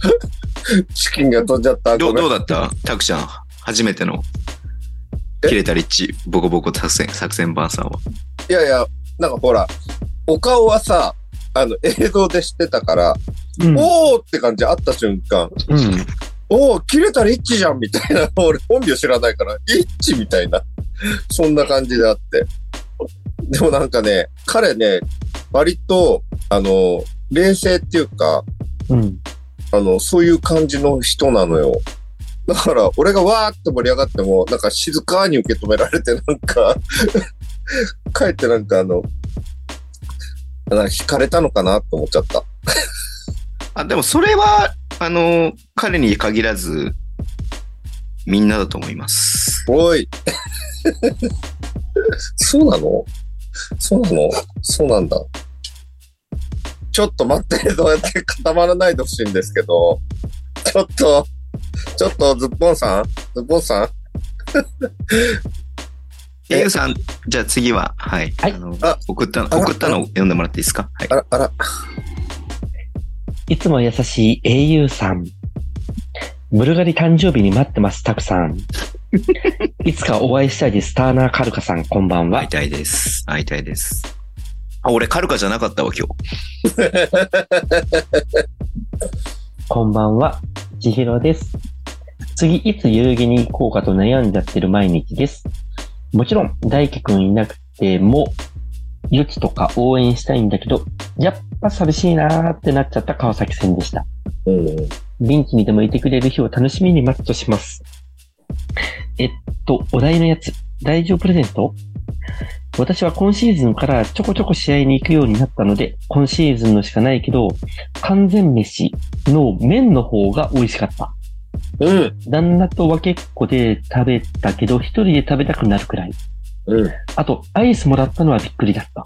Speaker 2: う、チキンが飛んじゃった。
Speaker 3: ど
Speaker 2: ご
Speaker 3: う
Speaker 2: めん
Speaker 3: どうだった拓ちゃん、初めての。
Speaker 2: え
Speaker 3: 切れたリッチ、ボコボコ作戦、作戦番さんは。
Speaker 2: いやいや、なんかほら、お顔はさ、あの、映像で知ってたから、
Speaker 1: うん。
Speaker 2: おーって感じあった瞬間、
Speaker 1: うん
Speaker 2: おー、切れたらイッチじゃんみたいな、 俺本名知らないから、イッチみたいな、そんな感じであって。でもなんかね、彼ね、割と、あの、冷静っていうか、
Speaker 1: うん。
Speaker 2: あの、そういう感じの人なのよ。だから、俺がわーって盛り上がっても、なんか静かに受け止められて、なんか、 帰ってなんかあの、なんか惹かれたのかなって思っちゃった。
Speaker 3: あ、でもそれは、あの、彼に限らず、みんなだと思います。
Speaker 2: おい。 そうなのそうなのそうなんだ。ちょっと待って、どうやって固まらないでほしいんですけど、ちょっと、ちょっと、ズッポンさんズッポンさんえ
Speaker 3: au さん、じゃあ次は、はい。
Speaker 1: はい
Speaker 3: あの
Speaker 2: あ
Speaker 3: 送ったの、
Speaker 2: あら
Speaker 3: 送ったのを読んでもらっていいですかはい
Speaker 2: あ。ら、あら、
Speaker 1: いつも優しい au さん。ブルガリ誕生日に待ってます、たくさ ん。いつかお会いしたいです、ターナーカルカさん、こんばん
Speaker 3: 会。
Speaker 1: はい
Speaker 3: たいです。会いたいです。あ、俺、カルカじゃなかったわ、今日。
Speaker 1: こんばんは、ちひろです。次、いつ代々木に行こうかと悩んじゃってる毎日です。もちろん、大輝くんいなくても、予期とか応援したいんだけど、やっぱ寂しいなーってなっちゃった川崎戦でした。
Speaker 2: うん。
Speaker 1: ベンチにでもいてくれる日を楽しみに待つとします。えっと、お題のやつ、大丈夫プレゼント私は今シーズンからちょこちょこ試合に行くようになったので、今シーズンのしかないけど、完全飯の麺の方が美味しかった。
Speaker 2: うん。
Speaker 1: 旦那と分けっこで食べたけど、一人で食べたくなるくらい。
Speaker 2: うん。
Speaker 1: あと、アイスもらったのはびっくりだった。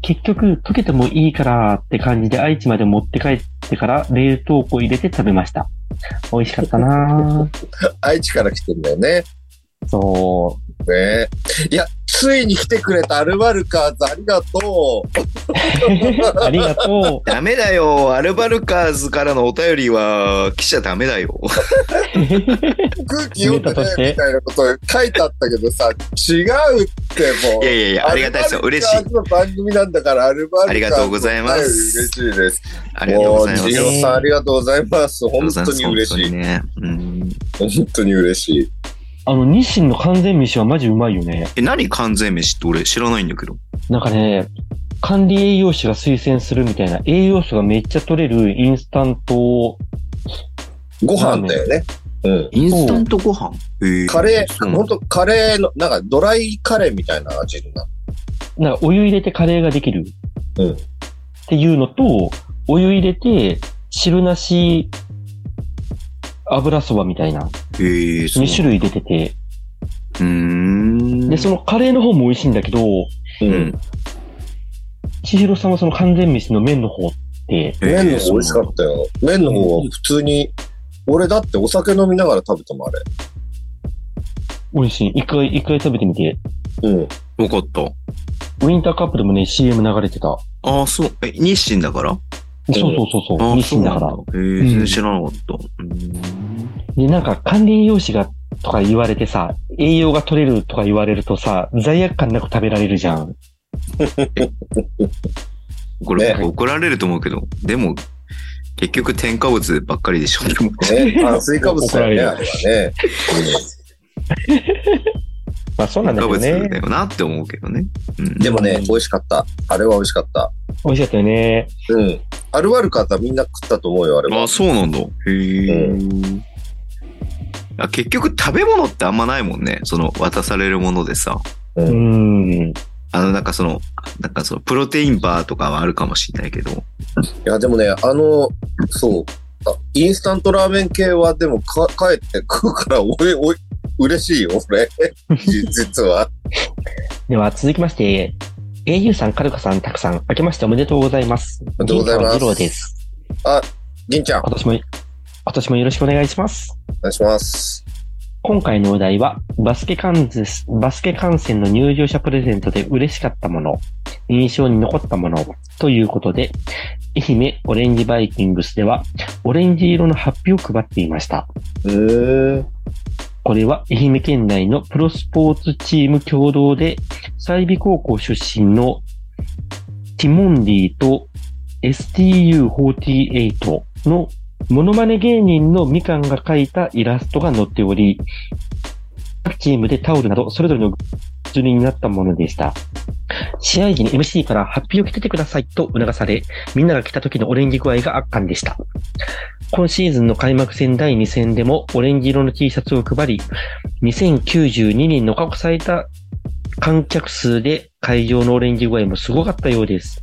Speaker 1: 結局、溶けてもいいからって感じで愛知まで持って帰ってから冷凍庫入れて食べました。美味しかったなぁ。
Speaker 2: 愛知から来てんだよね。
Speaker 1: そ
Speaker 2: ねいや、ついに来てくれたアルバルカーズ、ありがとう。
Speaker 1: う。 ありがと
Speaker 3: ダメだよ。アルバルカーズからのお便りは来ちゃダメだよ。
Speaker 1: う。
Speaker 2: 空気読ん
Speaker 1: データ
Speaker 2: で
Speaker 1: とし
Speaker 2: ね
Speaker 1: て
Speaker 2: みたいなこと書いてあったけどさ、違うってもう
Speaker 3: い。やいやいや、ありがたいですよ。嬉し
Speaker 2: ア
Speaker 3: い
Speaker 2: ル。バルカーズの番組なんだから、アルバルカーズ
Speaker 3: ありがとうございま
Speaker 2: お便
Speaker 3: す。
Speaker 2: り嬉しいです。
Speaker 3: ありがとうございま
Speaker 2: も
Speaker 3: す。
Speaker 2: ジロさん、ありがとうございます。本当に嬉しい。
Speaker 3: ね。うん。
Speaker 2: 本当に嬉しい。
Speaker 1: あの、日清の完全飯はマジうまいよね。
Speaker 3: え、何完全飯って俺知らないんだけど。
Speaker 1: なんかね、管理栄養士が推薦するみたいな、栄養素がめっちゃ取れるインスタント
Speaker 2: ご飯だよね。うん。
Speaker 3: インスタントご飯え
Speaker 2: カレー、
Speaker 3: そうなの
Speaker 2: 本当カレーの、なんかドライカレーみたいな味になる。
Speaker 1: なんかお湯入れてカレーができる。
Speaker 2: うん
Speaker 1: っていうのと、お湯入れて汁なし油そばみたいな
Speaker 3: ええそう
Speaker 1: 2種類出てて、
Speaker 3: うーん。
Speaker 1: で、そのカレーの方も美味しいんだけど、
Speaker 2: う
Speaker 3: うん。。
Speaker 1: 千尋さんはその完全飯の麺の方って、
Speaker 3: えー
Speaker 2: 麺の方美味しかったよ。麺の方は普通に、俺だってお酒飲みながら食べたもんあれ。
Speaker 1: 美味しい。一回、一回食べてみて。
Speaker 2: うん。
Speaker 3: わかった。
Speaker 1: ウィンターカップでもね、CM 流れてた。そ
Speaker 3: ああ、そう。え、日清だから
Speaker 1: うそうそう
Speaker 3: あ
Speaker 1: そう。
Speaker 3: あ、
Speaker 1: 日清だから。
Speaker 3: そうなんだ。ええ
Speaker 1: うん
Speaker 3: 全然知らなかった。うん
Speaker 1: で、なんか管理栄養士がとか言われてさ、栄養が取れるとか言われるとさ、罪悪感なく食べられるじゃん。
Speaker 3: これ、
Speaker 1: ね
Speaker 3: 怒られると思うけど、でも、結局添加物ばっかりでしょ。
Speaker 2: ね、炭水化物だよね、
Speaker 1: 怒
Speaker 2: あ
Speaker 1: ら
Speaker 2: れはね。
Speaker 1: まあそうなんだ
Speaker 3: 添加
Speaker 1: け
Speaker 3: 物
Speaker 1: どね
Speaker 3: だ。よなって思うけどね。うん
Speaker 2: でも
Speaker 1: う
Speaker 2: ね、
Speaker 1: ん
Speaker 2: 美味しかった。あれは美味しかった。
Speaker 1: 美味しかったよね。
Speaker 2: うん。アルバルカーズはみんな食ったと思うよ、あれ
Speaker 3: あ
Speaker 2: は。
Speaker 3: そうなんだ。へえ、あ結局食べ物ってあんまないもんね。その渡されるものでさ。
Speaker 1: うーん。
Speaker 3: あの、なんかその、なんかその、プロテインバーとかはあるかもしれないけど。
Speaker 2: いや、でもね、あの、そう。あインスタントラーメン系は、でもか、帰って食うから、俺、おい、嬉しいよ、俺。実は。
Speaker 1: では続きまして、au さん、カルカさん、タクさん、明けましておめでとうございます。
Speaker 2: りがとうございま
Speaker 1: 銀さん
Speaker 2: す
Speaker 1: 二郎です。
Speaker 2: 銀ちゃん、お
Speaker 1: 今年も、今年もよろしくお願いします。
Speaker 2: 願いします。
Speaker 1: 今回のお題は、バスケ観ですバスケ観戦の入場者プレゼントで嬉しかったもの、印象に残ったもの、ということで、愛媛オレンジバイキングスでは、オレンジ色のハッピーを配っていました。
Speaker 2: うーん。
Speaker 1: これは愛媛県内のプロスポーツチーム共同で、済美高校出身のティモンディと STU48 のモノマネ芸人のみかんが描いたイラストが載っており、各チームでタオルなどそれぞれのグッズになったものでした。試合時に MC からハッピーを着ててくださいと促され、みんなが着た時のオレンジ具合が圧巻でした。今シーズンの開幕戦第2戦でもオレンジ色の T シャツを配り、2092人の過去最多観客数で会場のオレンジ具合もすごかったようです。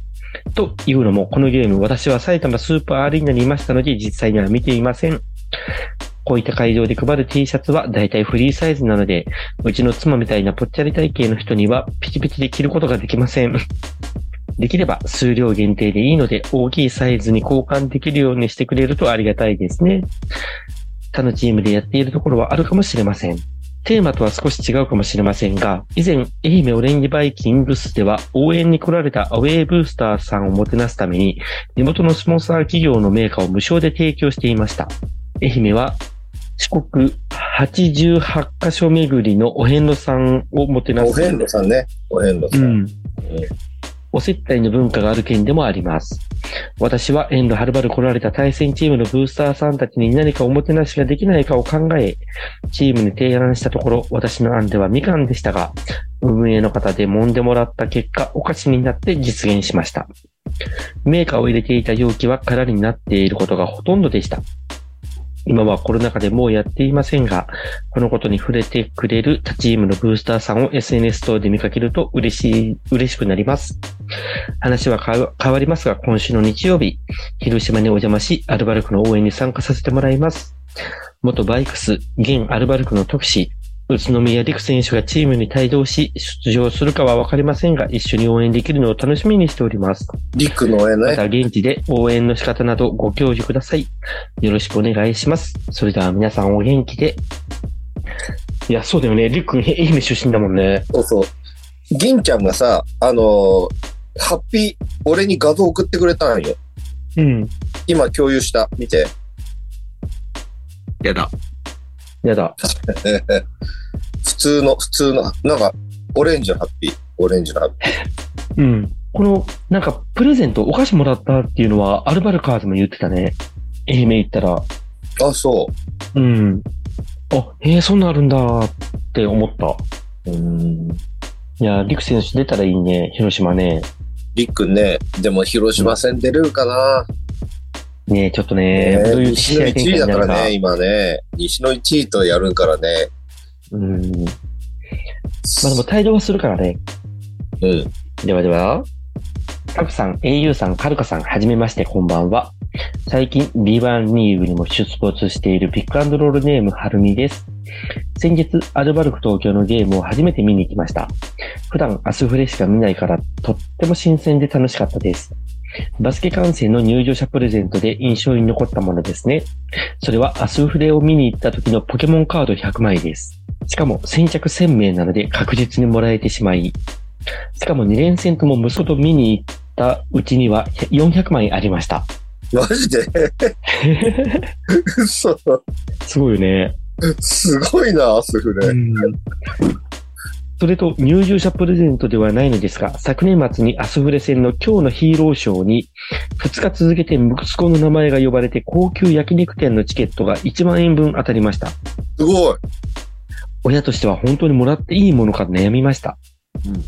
Speaker 1: というのも、このゲーム、私は埼玉スーパーアリーナにいましたので、実際には見ていません。こういった会場で配る T シャツは大体フリーサイズなので、うちの妻みたいなぽっちゃり体型の人にはピチピチで着ることができません。できれば数量限定でいいので、大きいサイズに交換できるようにしてくれるとありがたいですね。他のチームでやっているところはあるかもしれません。テーマとは少し違うかもしれませんが、以前、愛媛オレンジバイキングスでは、応援に来られたアウェーブースターさんをもてなすために、地元のスポンサー企業のメーカーを無償で提供していました。愛媛は、四国88カ所巡りのお遍路さんをもてなす。
Speaker 2: お遍路さんね。お遍路さ。
Speaker 1: うんん。お接待の文化がある県でもあります。私は遠路はるばる来られた対戦チームのブースターさんたちに何かおもてなしができないかを考え、チームに提案したところ、私の案ではみかんでしたが、運営の方で揉んでもらった結果、お菓子になって実現しました。メーカーを入れていた容器は空になっていることがほとんどでした。今はコロナ禍でもうやっていませんが、このことに触れてくれる他チームのブースターさんを SNS 等で見かけると嬉しい、嬉しくなります。話は変わ変わりますが、今週の日曜日、広島にお邪魔し、アルバルクの応援に参加させてもらいます。元バイクス、現アルバルクの特使、宇都宮陸選手がチームに帯同し、出場するかはわかりませんが、一緒に応援できるのを楽しみにしております。
Speaker 2: リックの絵
Speaker 1: ま
Speaker 2: ね。
Speaker 1: た現地で応援の仕方などご教授ください。よろしくお願いします。それでは皆さんお元気で。いや、そうだよね。りゅっくん、愛媛出身だもんね。
Speaker 2: そうそう。銀ちゃんがさ、あのーハッピー、俺に画像送ってくれたんよ。
Speaker 1: うん。
Speaker 2: 今共有した。見て。
Speaker 3: やだ。
Speaker 1: やだ。
Speaker 2: 普通の、普通の、なんか、オレンジのハッピー。オレンジのハッピ
Speaker 1: う
Speaker 2: ー。
Speaker 1: ん。この、なんか、プレゼント、お菓子もらったっていうのは、アルバルカーズも言ってたね。愛媛行ったら。
Speaker 2: あ、そ
Speaker 1: うん。あ、へえ、そんなんあるんだって思った。
Speaker 2: う。うん。
Speaker 1: いや、りく選手出たらいいね。広島ね。
Speaker 2: りっくんね、でも広島戦出れるかな、
Speaker 1: ねえ、ちょっとね、どういう
Speaker 2: 西
Speaker 1: 試合
Speaker 2: の1
Speaker 1: 展開
Speaker 2: 位
Speaker 1: に
Speaker 2: だ
Speaker 1: な
Speaker 2: か
Speaker 1: る
Speaker 2: ら
Speaker 1: か。
Speaker 2: ね、今ね。西の1位とやるからね。
Speaker 1: うん。まあでも、帯同はするからね。
Speaker 2: うん。
Speaker 1: ではでは。タクさん、au さん、カルカさん、はじめまして、こんばんは。最近、B1 リーグにも出没しているピックアンドロールネーム、はるみです。先日、アルバルク東京のゲームを初めて見に行きました。普段、アスフレしか見ないから、とっても新鮮で楽しかったです。バスケ観戦の入場者プレゼントで印象に残ったものですね。それは、アスフレを見に行った時のポケモンカード100枚です。しかも、先着1000名なので確実にもらえてしまい、しかも2連戦とも息子と見に行ったうちには400枚ありました。
Speaker 2: マジで 嘘。
Speaker 1: すごいよね。
Speaker 2: すごいな、アスフレ。
Speaker 1: それと入場者プレゼントではないのですが、昨年末にアスフレ戦の今日のヒーローショーに2日続けて息子の名前が呼ばれて高級焼肉店のチケットが1万円分当たりました。
Speaker 2: すごい。
Speaker 1: 親としては本当にもらっていいものか悩みました。
Speaker 3: うん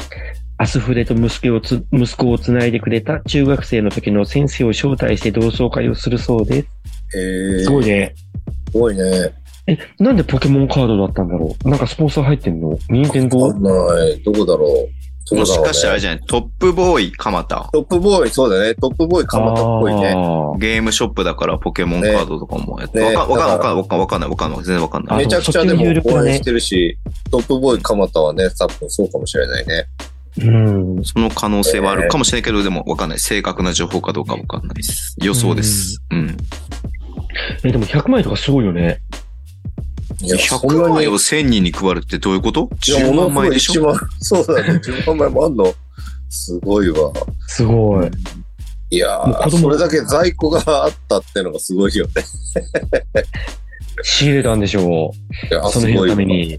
Speaker 1: アスフレと息子をつ、息子をつないでくれた中学生の時の先生を招待して同窓会をするそうです。
Speaker 2: えー、
Speaker 1: すごいね。
Speaker 2: すごいね。
Speaker 1: え、なんでポケモンカードだったんだろうなんかスポンサー入ってんの任天堂
Speaker 2: わかんない。どこだろう。ど
Speaker 3: も
Speaker 2: こだ
Speaker 3: し
Speaker 2: ろう
Speaker 3: かしてあ
Speaker 2: ね、
Speaker 3: れじゃないトップボーイ、蒲田。
Speaker 2: トップボーイ、そうだね。トップボーイ、かまたっぽいね。
Speaker 3: ゲームショップだからポケモンカードとかもやって。
Speaker 2: ね
Speaker 3: わ
Speaker 2: ね
Speaker 3: かわかんない、わかんない、わかんない、わかんない、わかんない、全然わかん
Speaker 1: あー
Speaker 3: ない。
Speaker 2: めちゃくちゃでも
Speaker 1: そっちの有力だ
Speaker 2: 応
Speaker 1: ね
Speaker 2: 援してるし、トップボーイ、蒲田はね、多分そうかもしれないね。
Speaker 1: あーうん。
Speaker 3: その可能性はあるかもしれないけど、でもわかんない。正確な情報かどうかわかんないです。予想です。うん。
Speaker 1: え、でも100枚とかすごいよね。
Speaker 2: いや、そん
Speaker 3: 100
Speaker 2: な
Speaker 3: 枚
Speaker 2: に。
Speaker 3: を1000人に配るってどういうこと
Speaker 2: いや、
Speaker 3: 10
Speaker 2: も
Speaker 3: 万枚
Speaker 2: の
Speaker 3: ですし
Speaker 2: ご
Speaker 3: ょ
Speaker 2: い1万、そう だね。10万枚もあんの。すごいわ。
Speaker 1: すごい。
Speaker 2: いや
Speaker 1: もう
Speaker 2: ー、
Speaker 1: 子供
Speaker 2: それだけ在庫があったってのがすごいよね。
Speaker 1: 仕入れたんでしょ
Speaker 2: いや
Speaker 1: う。その
Speaker 2: す
Speaker 1: 日の
Speaker 2: ごい
Speaker 1: た
Speaker 2: わ
Speaker 1: めに。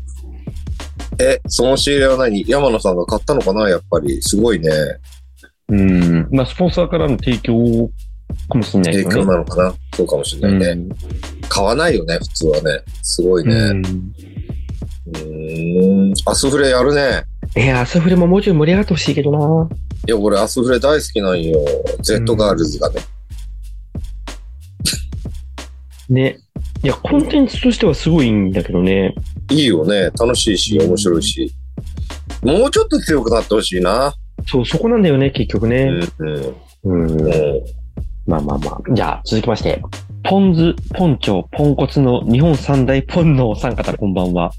Speaker 2: え、その仕入れは何山野さんが買ったのかなやっぱり。すごいね。
Speaker 1: うん。まあ、スポンサーからの提供かもしれないけ
Speaker 2: 影響
Speaker 1: どね。
Speaker 2: なのかなそうかもしれ
Speaker 1: う
Speaker 2: ないね。
Speaker 1: ん。
Speaker 2: 買わないよね、普通はね。すごいね。
Speaker 1: う。
Speaker 2: うんーん。アスフレやるね。
Speaker 1: え、アスフレももうちょい盛り上がってほしいけどな。
Speaker 2: いや、俺アスフレ大好きなんよ。Z ガールズがね。
Speaker 1: ね。いや、コンテンツとしてはすごいんだけどね。
Speaker 2: いいよね。楽しいし、面白いし。もうちょっと強くなってほしいな。
Speaker 1: そう、そこなんだよね、結局
Speaker 2: う
Speaker 1: ね。
Speaker 2: ん。うん。
Speaker 1: うん
Speaker 2: うん。
Speaker 1: まあまあまあ。じゃあ、続きまして。ポン酢、ポンチョ、ポンコツの日本三大ポンのお三方、こんばんは。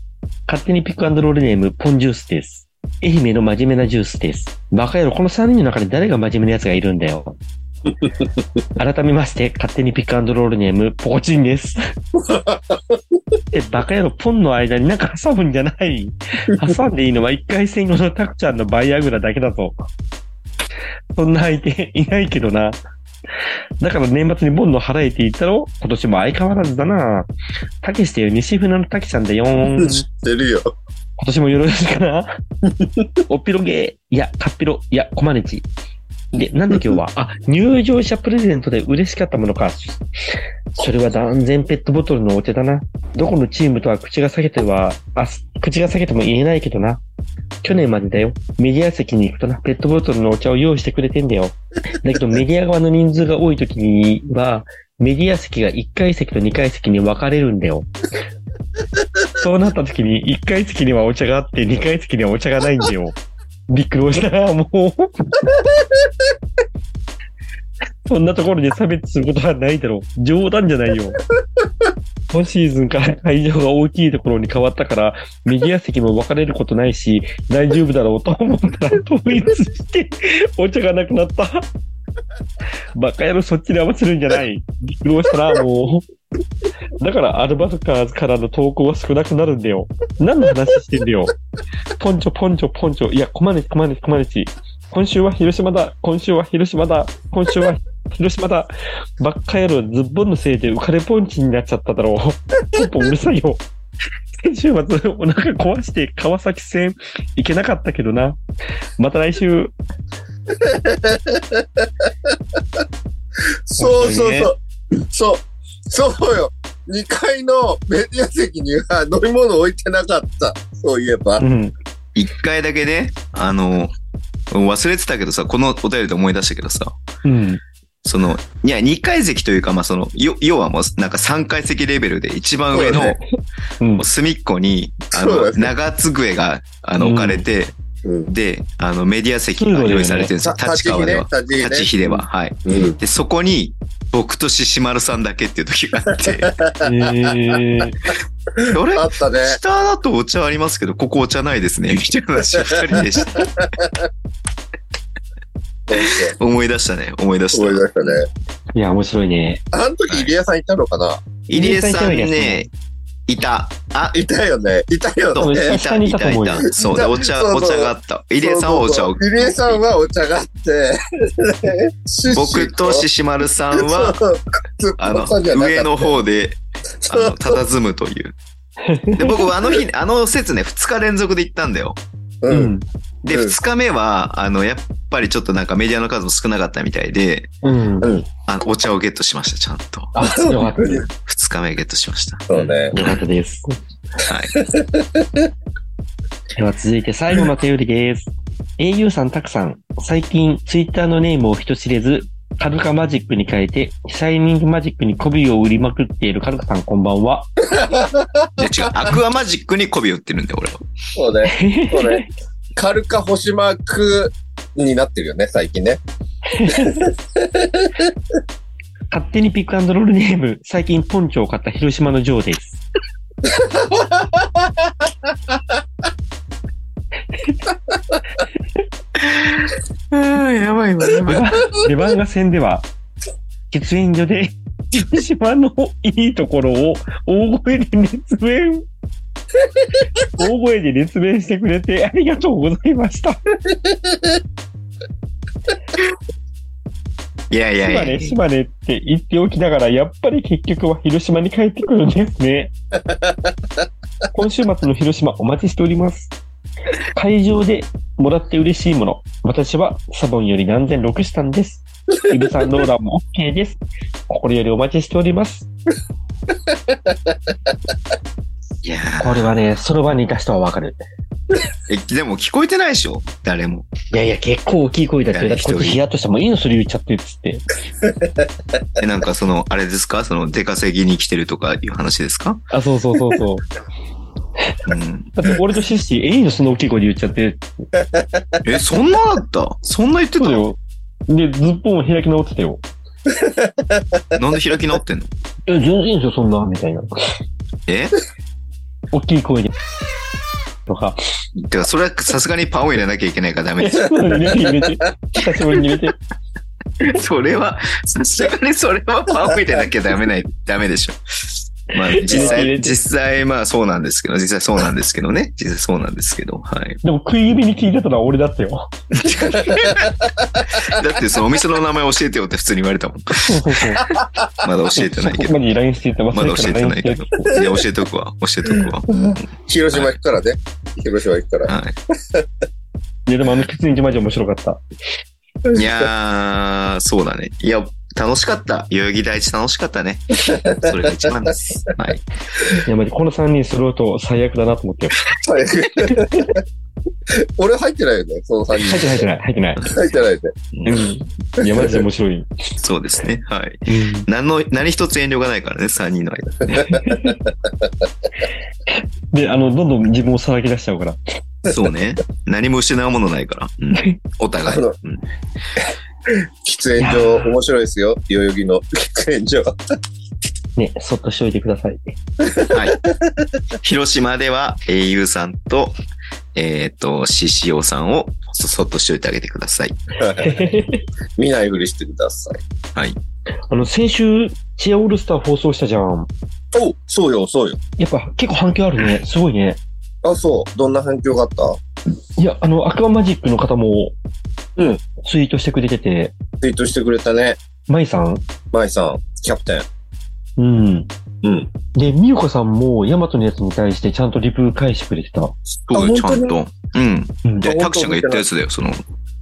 Speaker 1: 勝手にピックアンドロールネーム、ポンジュースです。愛媛の真面目なジュースです。バカ野郎、この三人の中に誰が真面目な奴がいるんだよ。改めまして、勝手にピックアンドロールネーム、ポコチンです。え、バカ野郎、ポンの間になんか挟むんじゃない。挟んでいいのは一回戦後のタクちゃんのバイアグラだけだぞ。そんな相手いないけどな。だから年末にボンド払えていったろ今年も相変わらずだな。たけしてよ、西船のたけちゃんだよーん。
Speaker 2: 知ってるよ。
Speaker 1: 今年もよろしくな。おっぴろげー。いや、かっぴろ。いや、こまねち。で、なんで今日は、あ、入場者プレゼントで嬉しかったものか。それは断然ペットボトルのお手だな。どこのチームとは口が裂けては、あ、口が裂けても言えないけどな。去年までだよ。メディア席に行くとな、ペットボトルのお茶を用意してくれてんだよ。だけど、メディア側の人数が多い時には、メディア席が1階席と2階席に分かれるんだよ。そうなった時に、1階席にはお茶があって、2階席にはお茶がないんだよ。びっくりした、もう。そんなところで差別することはないだろう。冗談じゃないよ。今シーズンから会場が大きいところに変わったから、右ディア席も分かれることないし、大丈夫だろうと思ったら統一して、お茶がなくなった。バカ野郎、そっちで合わせるんじゃない。びっくりしたな、もう。だから、アルバルカーズからの投稿は少なくなるんだよ。何の話してんだよ。ポンチョ、ポンチョ、ポンチョ。いや、コマネチ、コマネチ、コマネチ。今週は広島だ。今週は広島だ。今週は広島だ。ばっかやろ、ズッボンのせいで浮かれポンチになっちゃっただろう。ポンポンうるさいよ。先週末、お腹壊して川崎戦行けなかったけどな。また来週。
Speaker 2: そうそう
Speaker 3: 本
Speaker 2: そう。そう。そうよ。2階のメディア席には飲み物置いてなかった。そういえば
Speaker 1: う。ん。
Speaker 3: 一回だけね、あの、忘れてたけどさ、このお便りで思い出したけどさ、
Speaker 1: うん。
Speaker 3: その、いや、2階席というか、まあ、その、よ要はもう、なんか3階席レベルで一番上の、
Speaker 2: そうだ
Speaker 1: うん
Speaker 3: もう。隅っこに、あ
Speaker 2: そう
Speaker 3: の、
Speaker 2: だね
Speaker 3: 長机が、あの、
Speaker 1: うん
Speaker 3: 置かれて、
Speaker 2: うん。
Speaker 3: で、あの、メディア席が用意されてるんですよ。立川では。
Speaker 2: 立ち
Speaker 3: 立
Speaker 2: ひ
Speaker 3: ち日では。はい。
Speaker 2: ね。うん。
Speaker 3: で、そこに、僕と獅子丸さんだけっていう時が あって、
Speaker 1: えー、
Speaker 3: あれ
Speaker 2: あったね。
Speaker 3: 下だとお茶ありますけど、ここお茶ないですね。みたいな話を二人 でした。思い出したね。思い出した。
Speaker 2: 思い出したね。
Speaker 1: いや、面白いね。
Speaker 2: あの時入江さんいたのかな
Speaker 3: 入江さんね、いた。あ、
Speaker 2: いたよね。いたよ
Speaker 3: そ
Speaker 1: ん
Speaker 3: う、い
Speaker 2: ね。
Speaker 3: た、い
Speaker 1: 下にいたと
Speaker 3: た、い
Speaker 1: 思うよ
Speaker 3: た。そう
Speaker 2: い
Speaker 3: だ、
Speaker 2: た
Speaker 3: お茶、
Speaker 2: そう
Speaker 3: お
Speaker 2: そう
Speaker 3: 茶があった。入江さんはお茶を。
Speaker 2: 入江さんはお茶があって、でシュッシュ
Speaker 3: 僕と獅子丸さんは、
Speaker 2: そうずっ
Speaker 3: あ
Speaker 2: と
Speaker 3: の
Speaker 2: さんじゃ、なかった
Speaker 3: 上の方で、あ
Speaker 2: そう
Speaker 3: の、佇むと いう。で、僕はあの日、あの説ね、2日連続で行ったんだよ。
Speaker 1: う
Speaker 2: うん。
Speaker 1: ん。
Speaker 3: で、
Speaker 2: うん
Speaker 3: 2日目は、あの、やっぱりちょっとなんかメディアの数も少なかったみたいで、
Speaker 1: うん。
Speaker 3: あの、お茶をゲットしました、ちゃんと。
Speaker 1: あ、よかったです。よ
Speaker 3: 2日目ゲットしました。
Speaker 2: そうね。
Speaker 1: かったです。
Speaker 3: はい。
Speaker 1: では続いて最後の手売りです。au さん、たくさん、最近ツイッターのネームを人知れず、カルカマジックに変えて、シャイニングマジックに媚びを売りまくっているカルカさんこんばんは。
Speaker 3: で、違う、アクアマジックに媚び売ってるんだよ、俺は。
Speaker 2: そうね。そうね。カルカ星マークになってるよね、最近ね。
Speaker 1: 勝手にピックアンドロールネーム、最近ポンチョを買った広島のジョーです。
Speaker 3: やばいわ、やば
Speaker 1: レバレバンガ戦では、喫煙所で、広島のいいところを大声で熱弁。大声で熱弁してくれてありがとうございました。
Speaker 3: いやいやい
Speaker 1: 島根、。島
Speaker 3: や
Speaker 1: 根って言っておきながら、やっぱり結局は広島に帰ってくるんですね。今週末の広島お待ちしております。会場でもらって嬉しいもの。私はサボンより何千6したんです。イブさんローラーも OK です。心よりお待ちしております。
Speaker 3: いや
Speaker 1: これはね、その場にいた人はわかる。
Speaker 3: え、でも聞こえてないでしょ誰も。
Speaker 1: いやいや、結構大きい声出してる。だってこっ
Speaker 3: 一
Speaker 1: ち
Speaker 3: 人
Speaker 1: ヒヤッとしたもういいのそれ言っちゃってっつって。
Speaker 3: え、なんかその、あれですかその、出稼ぎに来てるとかいう話ですか
Speaker 1: あ、そうそうそうそう。
Speaker 3: うん。
Speaker 1: だって俺とシッシー、え、いいのそんな大きい声で言っちゃって。
Speaker 3: え、そんなだったそんな言って
Speaker 1: そう
Speaker 3: た
Speaker 1: だよ。で、ズッポンを開き直ってたよ。
Speaker 3: なんで開き直ってんの
Speaker 1: え、全然いいんですよ、そんな、みたいな。
Speaker 3: え
Speaker 1: 大きい声で。とか。
Speaker 3: てか、それはさすがにパンを入れなきゃいけないからダメ で
Speaker 1: そうだね入れて。久しぶりに入れて。
Speaker 3: す。それは、さすがにそれはパンを入れなきゃダメない、 ダメでしょ。まあ、
Speaker 1: 入
Speaker 3: 実
Speaker 1: れ
Speaker 3: 際、
Speaker 1: て
Speaker 3: 実際、まあそうなんですけど、実際そうなんですけどね。実際そうなんですけど、はい。
Speaker 1: でも食い指に聞いてたのは俺だったよ。
Speaker 3: だってそのお店の名前教えてよって普通に言われたもん。
Speaker 1: そうそうそう。
Speaker 3: まだ教えてないけ
Speaker 1: そ
Speaker 3: ど。
Speaker 1: こまで LINE してた。
Speaker 3: まだ教えてないけど。いや、教えとくわ。教えとくわ。
Speaker 2: 広島行くからね。広島行くから。
Speaker 3: はい。
Speaker 1: いや、でもあの、喫煙所マジ面白かった。
Speaker 3: いやー、そうだね。いや、楽しかった。代々木第一楽しかったね。それが一番です。はい。
Speaker 1: いや、まじこの3人揃うと最悪だなと思って。
Speaker 2: はい俺入ってないよね、その3
Speaker 1: 入って
Speaker 2: 人。
Speaker 1: ない、入ってない、入ってない。
Speaker 2: 入ってないね。
Speaker 1: うん。いや、マジで面白い。
Speaker 3: そうですね。はい。何の、何一つ遠慮がないからね、3人の間。
Speaker 1: で、あの、どんどん自分をさらけ出しちゃうから。
Speaker 3: そうね。何も失うものないから。うん、お互い。
Speaker 2: あの
Speaker 3: うん
Speaker 2: 喫煙所、面白いですよ、代々木の喫煙所。
Speaker 1: ね、そっとしておいてください。
Speaker 3: はい。広島では、英雄さんと、えっ、と、獅子王さんをそそっとしておいてあげてください。
Speaker 2: 見ないふりしてください。
Speaker 1: あの、先週、チアオールスター放送したじゃん。
Speaker 2: おそうよ、そうよ。
Speaker 1: やっぱ結構反響あるね。すごいね。
Speaker 2: あ、そう。どんな反響があった
Speaker 1: いや、あの、アクアマジックの方も、
Speaker 2: うん。
Speaker 1: ツイートしてくれてて、
Speaker 2: ツイートしてくれたね。
Speaker 1: マイさん、
Speaker 2: 舞さん、キャプテン。
Speaker 1: うん。
Speaker 2: うん。
Speaker 1: で、みゆこさんも、ヤマトのやつに対してちゃんとリプ返してくれてた。
Speaker 3: そうよ、ちゃ
Speaker 2: 本
Speaker 3: ん
Speaker 2: 当
Speaker 3: と。うん。
Speaker 1: うん。
Speaker 3: で、
Speaker 2: 本当
Speaker 3: タクちゃんが言ったやつだよ、その、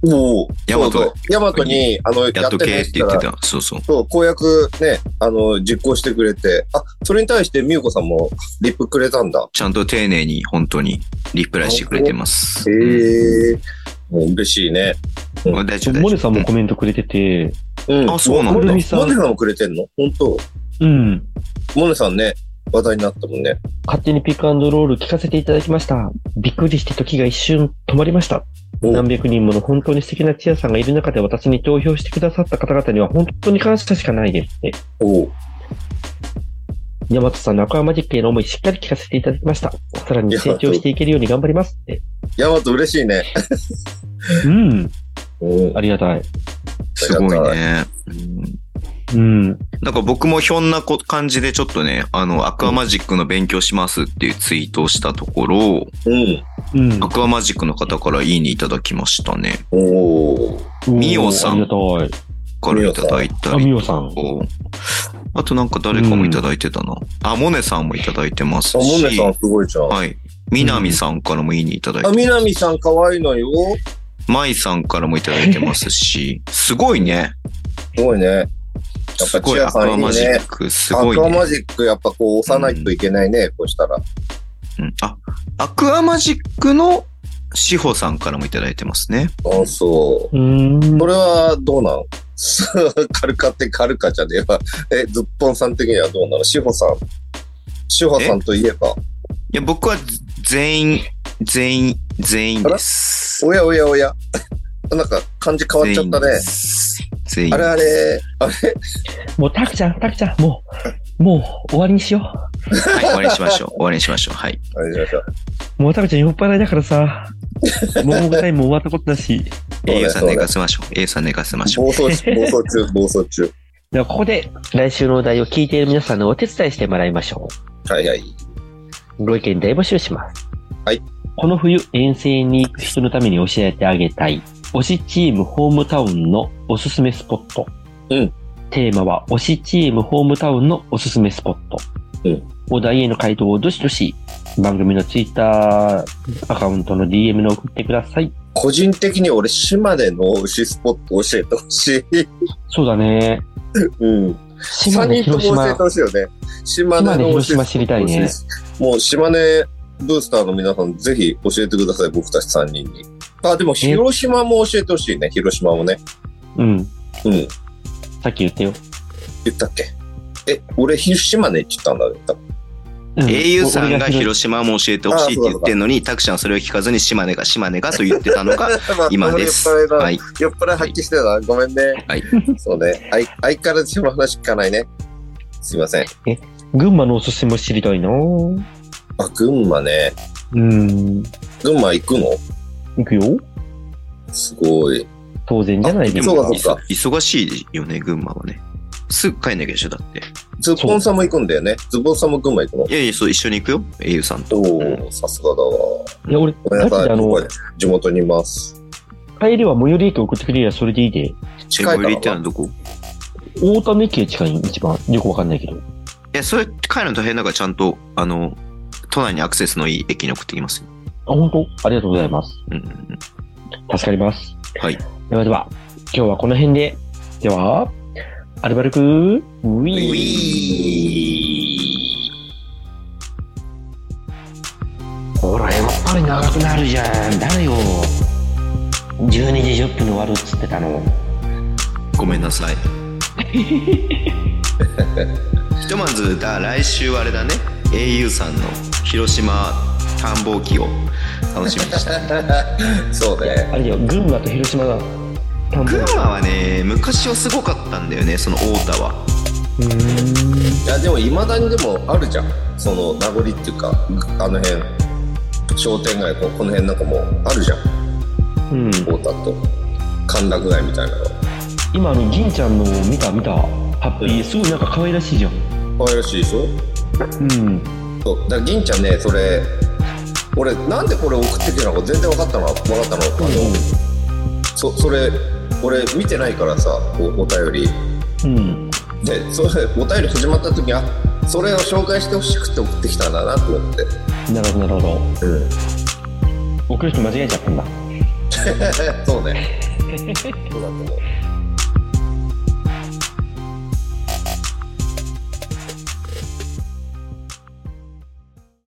Speaker 2: おお。
Speaker 3: ヤマト
Speaker 2: そうそうヤマトに、あの、
Speaker 3: やっとけ
Speaker 2: ね
Speaker 3: って言ってた。そうそう。
Speaker 2: そう、公約ね、あの、実行してくれて、あ、それに対して美優子さんもリップくれたんだ。
Speaker 3: ちゃんと丁寧に、本当に、リプライしてくれてます。
Speaker 2: へ
Speaker 3: うん
Speaker 2: え。もう嬉しいね。
Speaker 3: まあ大丈夫、大丈
Speaker 1: モ
Speaker 3: 夫
Speaker 1: ネさんもコメントくれてて、
Speaker 2: うん
Speaker 3: あそうなん
Speaker 2: モ
Speaker 3: だ
Speaker 2: ネ
Speaker 1: モネ
Speaker 2: さ
Speaker 1: さ
Speaker 2: ん
Speaker 1: ん
Speaker 2: モネさんもくれてんの本当
Speaker 1: うん。
Speaker 2: モネさんね、話題になったもんね。
Speaker 1: 勝手にピックアンドロール聞かせていただきました。びっくりして時が一瞬止まりました。
Speaker 2: お
Speaker 1: 何百人もの本当に素敵なチアさんがいる中で私に投票してくださった方々には本当に感謝しかないですね。
Speaker 2: おう
Speaker 1: ヤマトさんのアクアマジックへの思いしっかり聞かせていただきました。さらに成長していけるように頑張りますって。
Speaker 2: ヤマト嬉しいね。
Speaker 1: うん。
Speaker 2: うん
Speaker 1: ありがたい。
Speaker 3: すごいね。うん
Speaker 1: うん。
Speaker 3: なんか僕もひょんなこ感じでちょっとね、あの、アクアマジックの勉強しますっていうツイートをしたところ、
Speaker 2: うん。
Speaker 1: うん
Speaker 3: ア。クアマジックの方からいいねいただきましたね。
Speaker 2: おお。
Speaker 1: み
Speaker 3: みおさん
Speaker 1: ありがたい。
Speaker 3: からいただいた
Speaker 1: あ、
Speaker 3: り
Speaker 1: みおさん。
Speaker 3: こうあとなんか誰かもいただいてたな。あ、モネさんもいただいてますし。
Speaker 2: あ、モネさんすごいじゃん。
Speaker 3: はい。みなみさんからもいいねいただいて
Speaker 2: あ、
Speaker 3: ます。
Speaker 2: みなみさん可愛いのよ。
Speaker 3: まいさんからもいただいてますし。すごいね。
Speaker 2: すごいね。やっ
Speaker 3: す
Speaker 2: ぱ
Speaker 3: ご
Speaker 2: チ
Speaker 3: い
Speaker 2: ア
Speaker 3: ア
Speaker 2: さ
Speaker 3: ク
Speaker 2: んい
Speaker 3: ア
Speaker 2: いね
Speaker 3: マ。ジック。す
Speaker 2: ア
Speaker 3: ごい
Speaker 2: クア
Speaker 3: ね。
Speaker 2: マジックやっぱこう押さないといけないね、こうしたら。
Speaker 3: うんあ、アクアマジックの志保さんからもいただいてますね。
Speaker 2: あ、そう
Speaker 1: ー
Speaker 2: う。
Speaker 1: ん
Speaker 2: こ。れはどうなん カルカってカルカじゃねえわ。え、ズッポンさん的にはどうなの志保さん。志保さんといえば。
Speaker 3: いや、僕は全員、全員、全員です。
Speaker 2: おやおやおや。 なんか感じ変わっちゃったね。
Speaker 3: 全員です。全員です
Speaker 2: あれあれ、あれ
Speaker 1: もう、たくちゃん、たくちゃん、もう、もう終わりにしよ
Speaker 3: はい、終わりにしましょう。終わりにしましょう。はい。
Speaker 2: あれじゃじゃ
Speaker 1: う。もうたくちゃん酔っ払いだからさ。もうタイムも終わったことだし。
Speaker 2: そうね
Speaker 3: A さん
Speaker 2: そうね
Speaker 3: 寝かせましょう。A さん寝かせましょう。
Speaker 2: 暴走 中、暴走中、暴走中。
Speaker 1: では、ここで、来週のお題を聞いている皆さんのお手伝いしてもらいましょ
Speaker 2: はいはい。
Speaker 1: う。ご意見大募集します。
Speaker 2: はい。
Speaker 1: この冬、遠征に行く人のために教えてあげたい、推しチームホームタウンのおすすめスポット。
Speaker 2: うん。
Speaker 1: テーマは、推しチームホームタウンのおすすめスポット。
Speaker 2: うん。
Speaker 1: お題への回答をどしどし、番組のツイッターアカウントの DM に送ってください。
Speaker 2: 個人的に俺、島根の牛スポット教えてほしい。
Speaker 1: そうだね。
Speaker 2: うん。
Speaker 1: 島
Speaker 2: 3
Speaker 1: 根、
Speaker 2: 人と
Speaker 1: 広
Speaker 2: も教
Speaker 1: 島
Speaker 2: えて。ほしいよね。島根
Speaker 1: 島根、
Speaker 2: の
Speaker 1: 広島知りたいね。
Speaker 2: もう島根ブースターの皆さん、ぜひ教えてください、僕たち3人に。あ、でも広島も教えてほしいね、広島もね。
Speaker 1: うん。
Speaker 2: うん。
Speaker 1: さっき言ったよ。
Speaker 2: 言ったっけえ、俺、広島根って言ったんだね。多分
Speaker 1: うん
Speaker 3: au さん
Speaker 1: 俺
Speaker 3: が広島も教えてほしいって言ってんのに、たくちゃんはそれを聞かずに島根が島根がと言ってた のが今です。
Speaker 2: まあこれ酔っ払いだ
Speaker 3: はい。
Speaker 2: 酔っ払い発揮してたな。ごめんね。
Speaker 3: はい。
Speaker 2: そうね。あい相変わらずその話聞かないね。すいません。
Speaker 1: 群馬のおすすめも知りたいなぁ
Speaker 2: あ、群馬ね。
Speaker 1: うん。
Speaker 2: 群馬行くの
Speaker 1: 行くよ。
Speaker 2: すごい。
Speaker 1: 当然じゃない
Speaker 3: で
Speaker 1: です
Speaker 2: そう
Speaker 1: か。
Speaker 2: だ
Speaker 3: も、
Speaker 2: そうだ
Speaker 3: 忙しいよね、群馬はね。すぐ帰んなきゃ一緒だって。
Speaker 2: ズボンさんも行くんだよね。ズボンさんも群馬行くの
Speaker 3: いやいや、そう、一緒に行くよ、au さんと。
Speaker 2: おー、さすがだわ。
Speaker 1: いや、俺、
Speaker 2: ごめんな
Speaker 1: ガ
Speaker 2: さ
Speaker 1: チ
Speaker 2: い。
Speaker 1: であの
Speaker 2: 僕、は地元にいます。
Speaker 1: 帰りは最寄り駅送ってくれりゃそれでいいで。
Speaker 2: 近
Speaker 3: チェ
Speaker 2: いから
Speaker 3: ゴリってのはどこ
Speaker 1: 大田の駅が近い一番。よくわかんないけど。
Speaker 3: いや、それ帰るの大変だから、ちゃんと、あの、都内にアクセスのいい駅に送ってきますよ。
Speaker 1: あ、本当ありがとうございます。
Speaker 3: うんうんうん。
Speaker 1: 助かります。
Speaker 3: はい。
Speaker 1: ではでは、今日はこの辺で。では、アルバルク、ウィ
Speaker 3: ウ
Speaker 1: ー
Speaker 3: ィー
Speaker 1: ほら、やっぱり長くなるじゃん。誰よ。12時10分で終わるっつってたの。
Speaker 3: ごめんなさい。ひとまず、だ来週あれだね、au さんの広島探訪記を楽しみにして。
Speaker 2: そうね。
Speaker 1: あれだよ、群馬と広島が。田んぼ
Speaker 3: 群馬はね、昔はすごかったんだよね、その太田は。
Speaker 1: うーん
Speaker 2: いや、でも、いまだにでもあるじゃん。その、名残っていうか、あの辺、商店街と、この辺なんかもうあるじゃん。
Speaker 1: うん、
Speaker 2: 太田と、歓楽街みたいなの。
Speaker 1: 今あの銀ちゃんの見た見たハッピーすごいなんか可愛らしいじゃん
Speaker 2: 可愛らしいでしょ
Speaker 1: うん
Speaker 2: そう。だから、銀ちゃんね、それ、俺、なんでこれ送ってきたのか全然分かったのは、分かったのは、あの、そ、それ、俺、見てないからさ、おお便り。
Speaker 1: うん
Speaker 2: で、それ、お便り始まった時に、あ、それを紹介してほしくて送ってきたんだなと思って。
Speaker 1: なるほどなるほど
Speaker 2: うん。
Speaker 1: 送る人間違えちゃったんだ
Speaker 2: そうね。そうだと思う。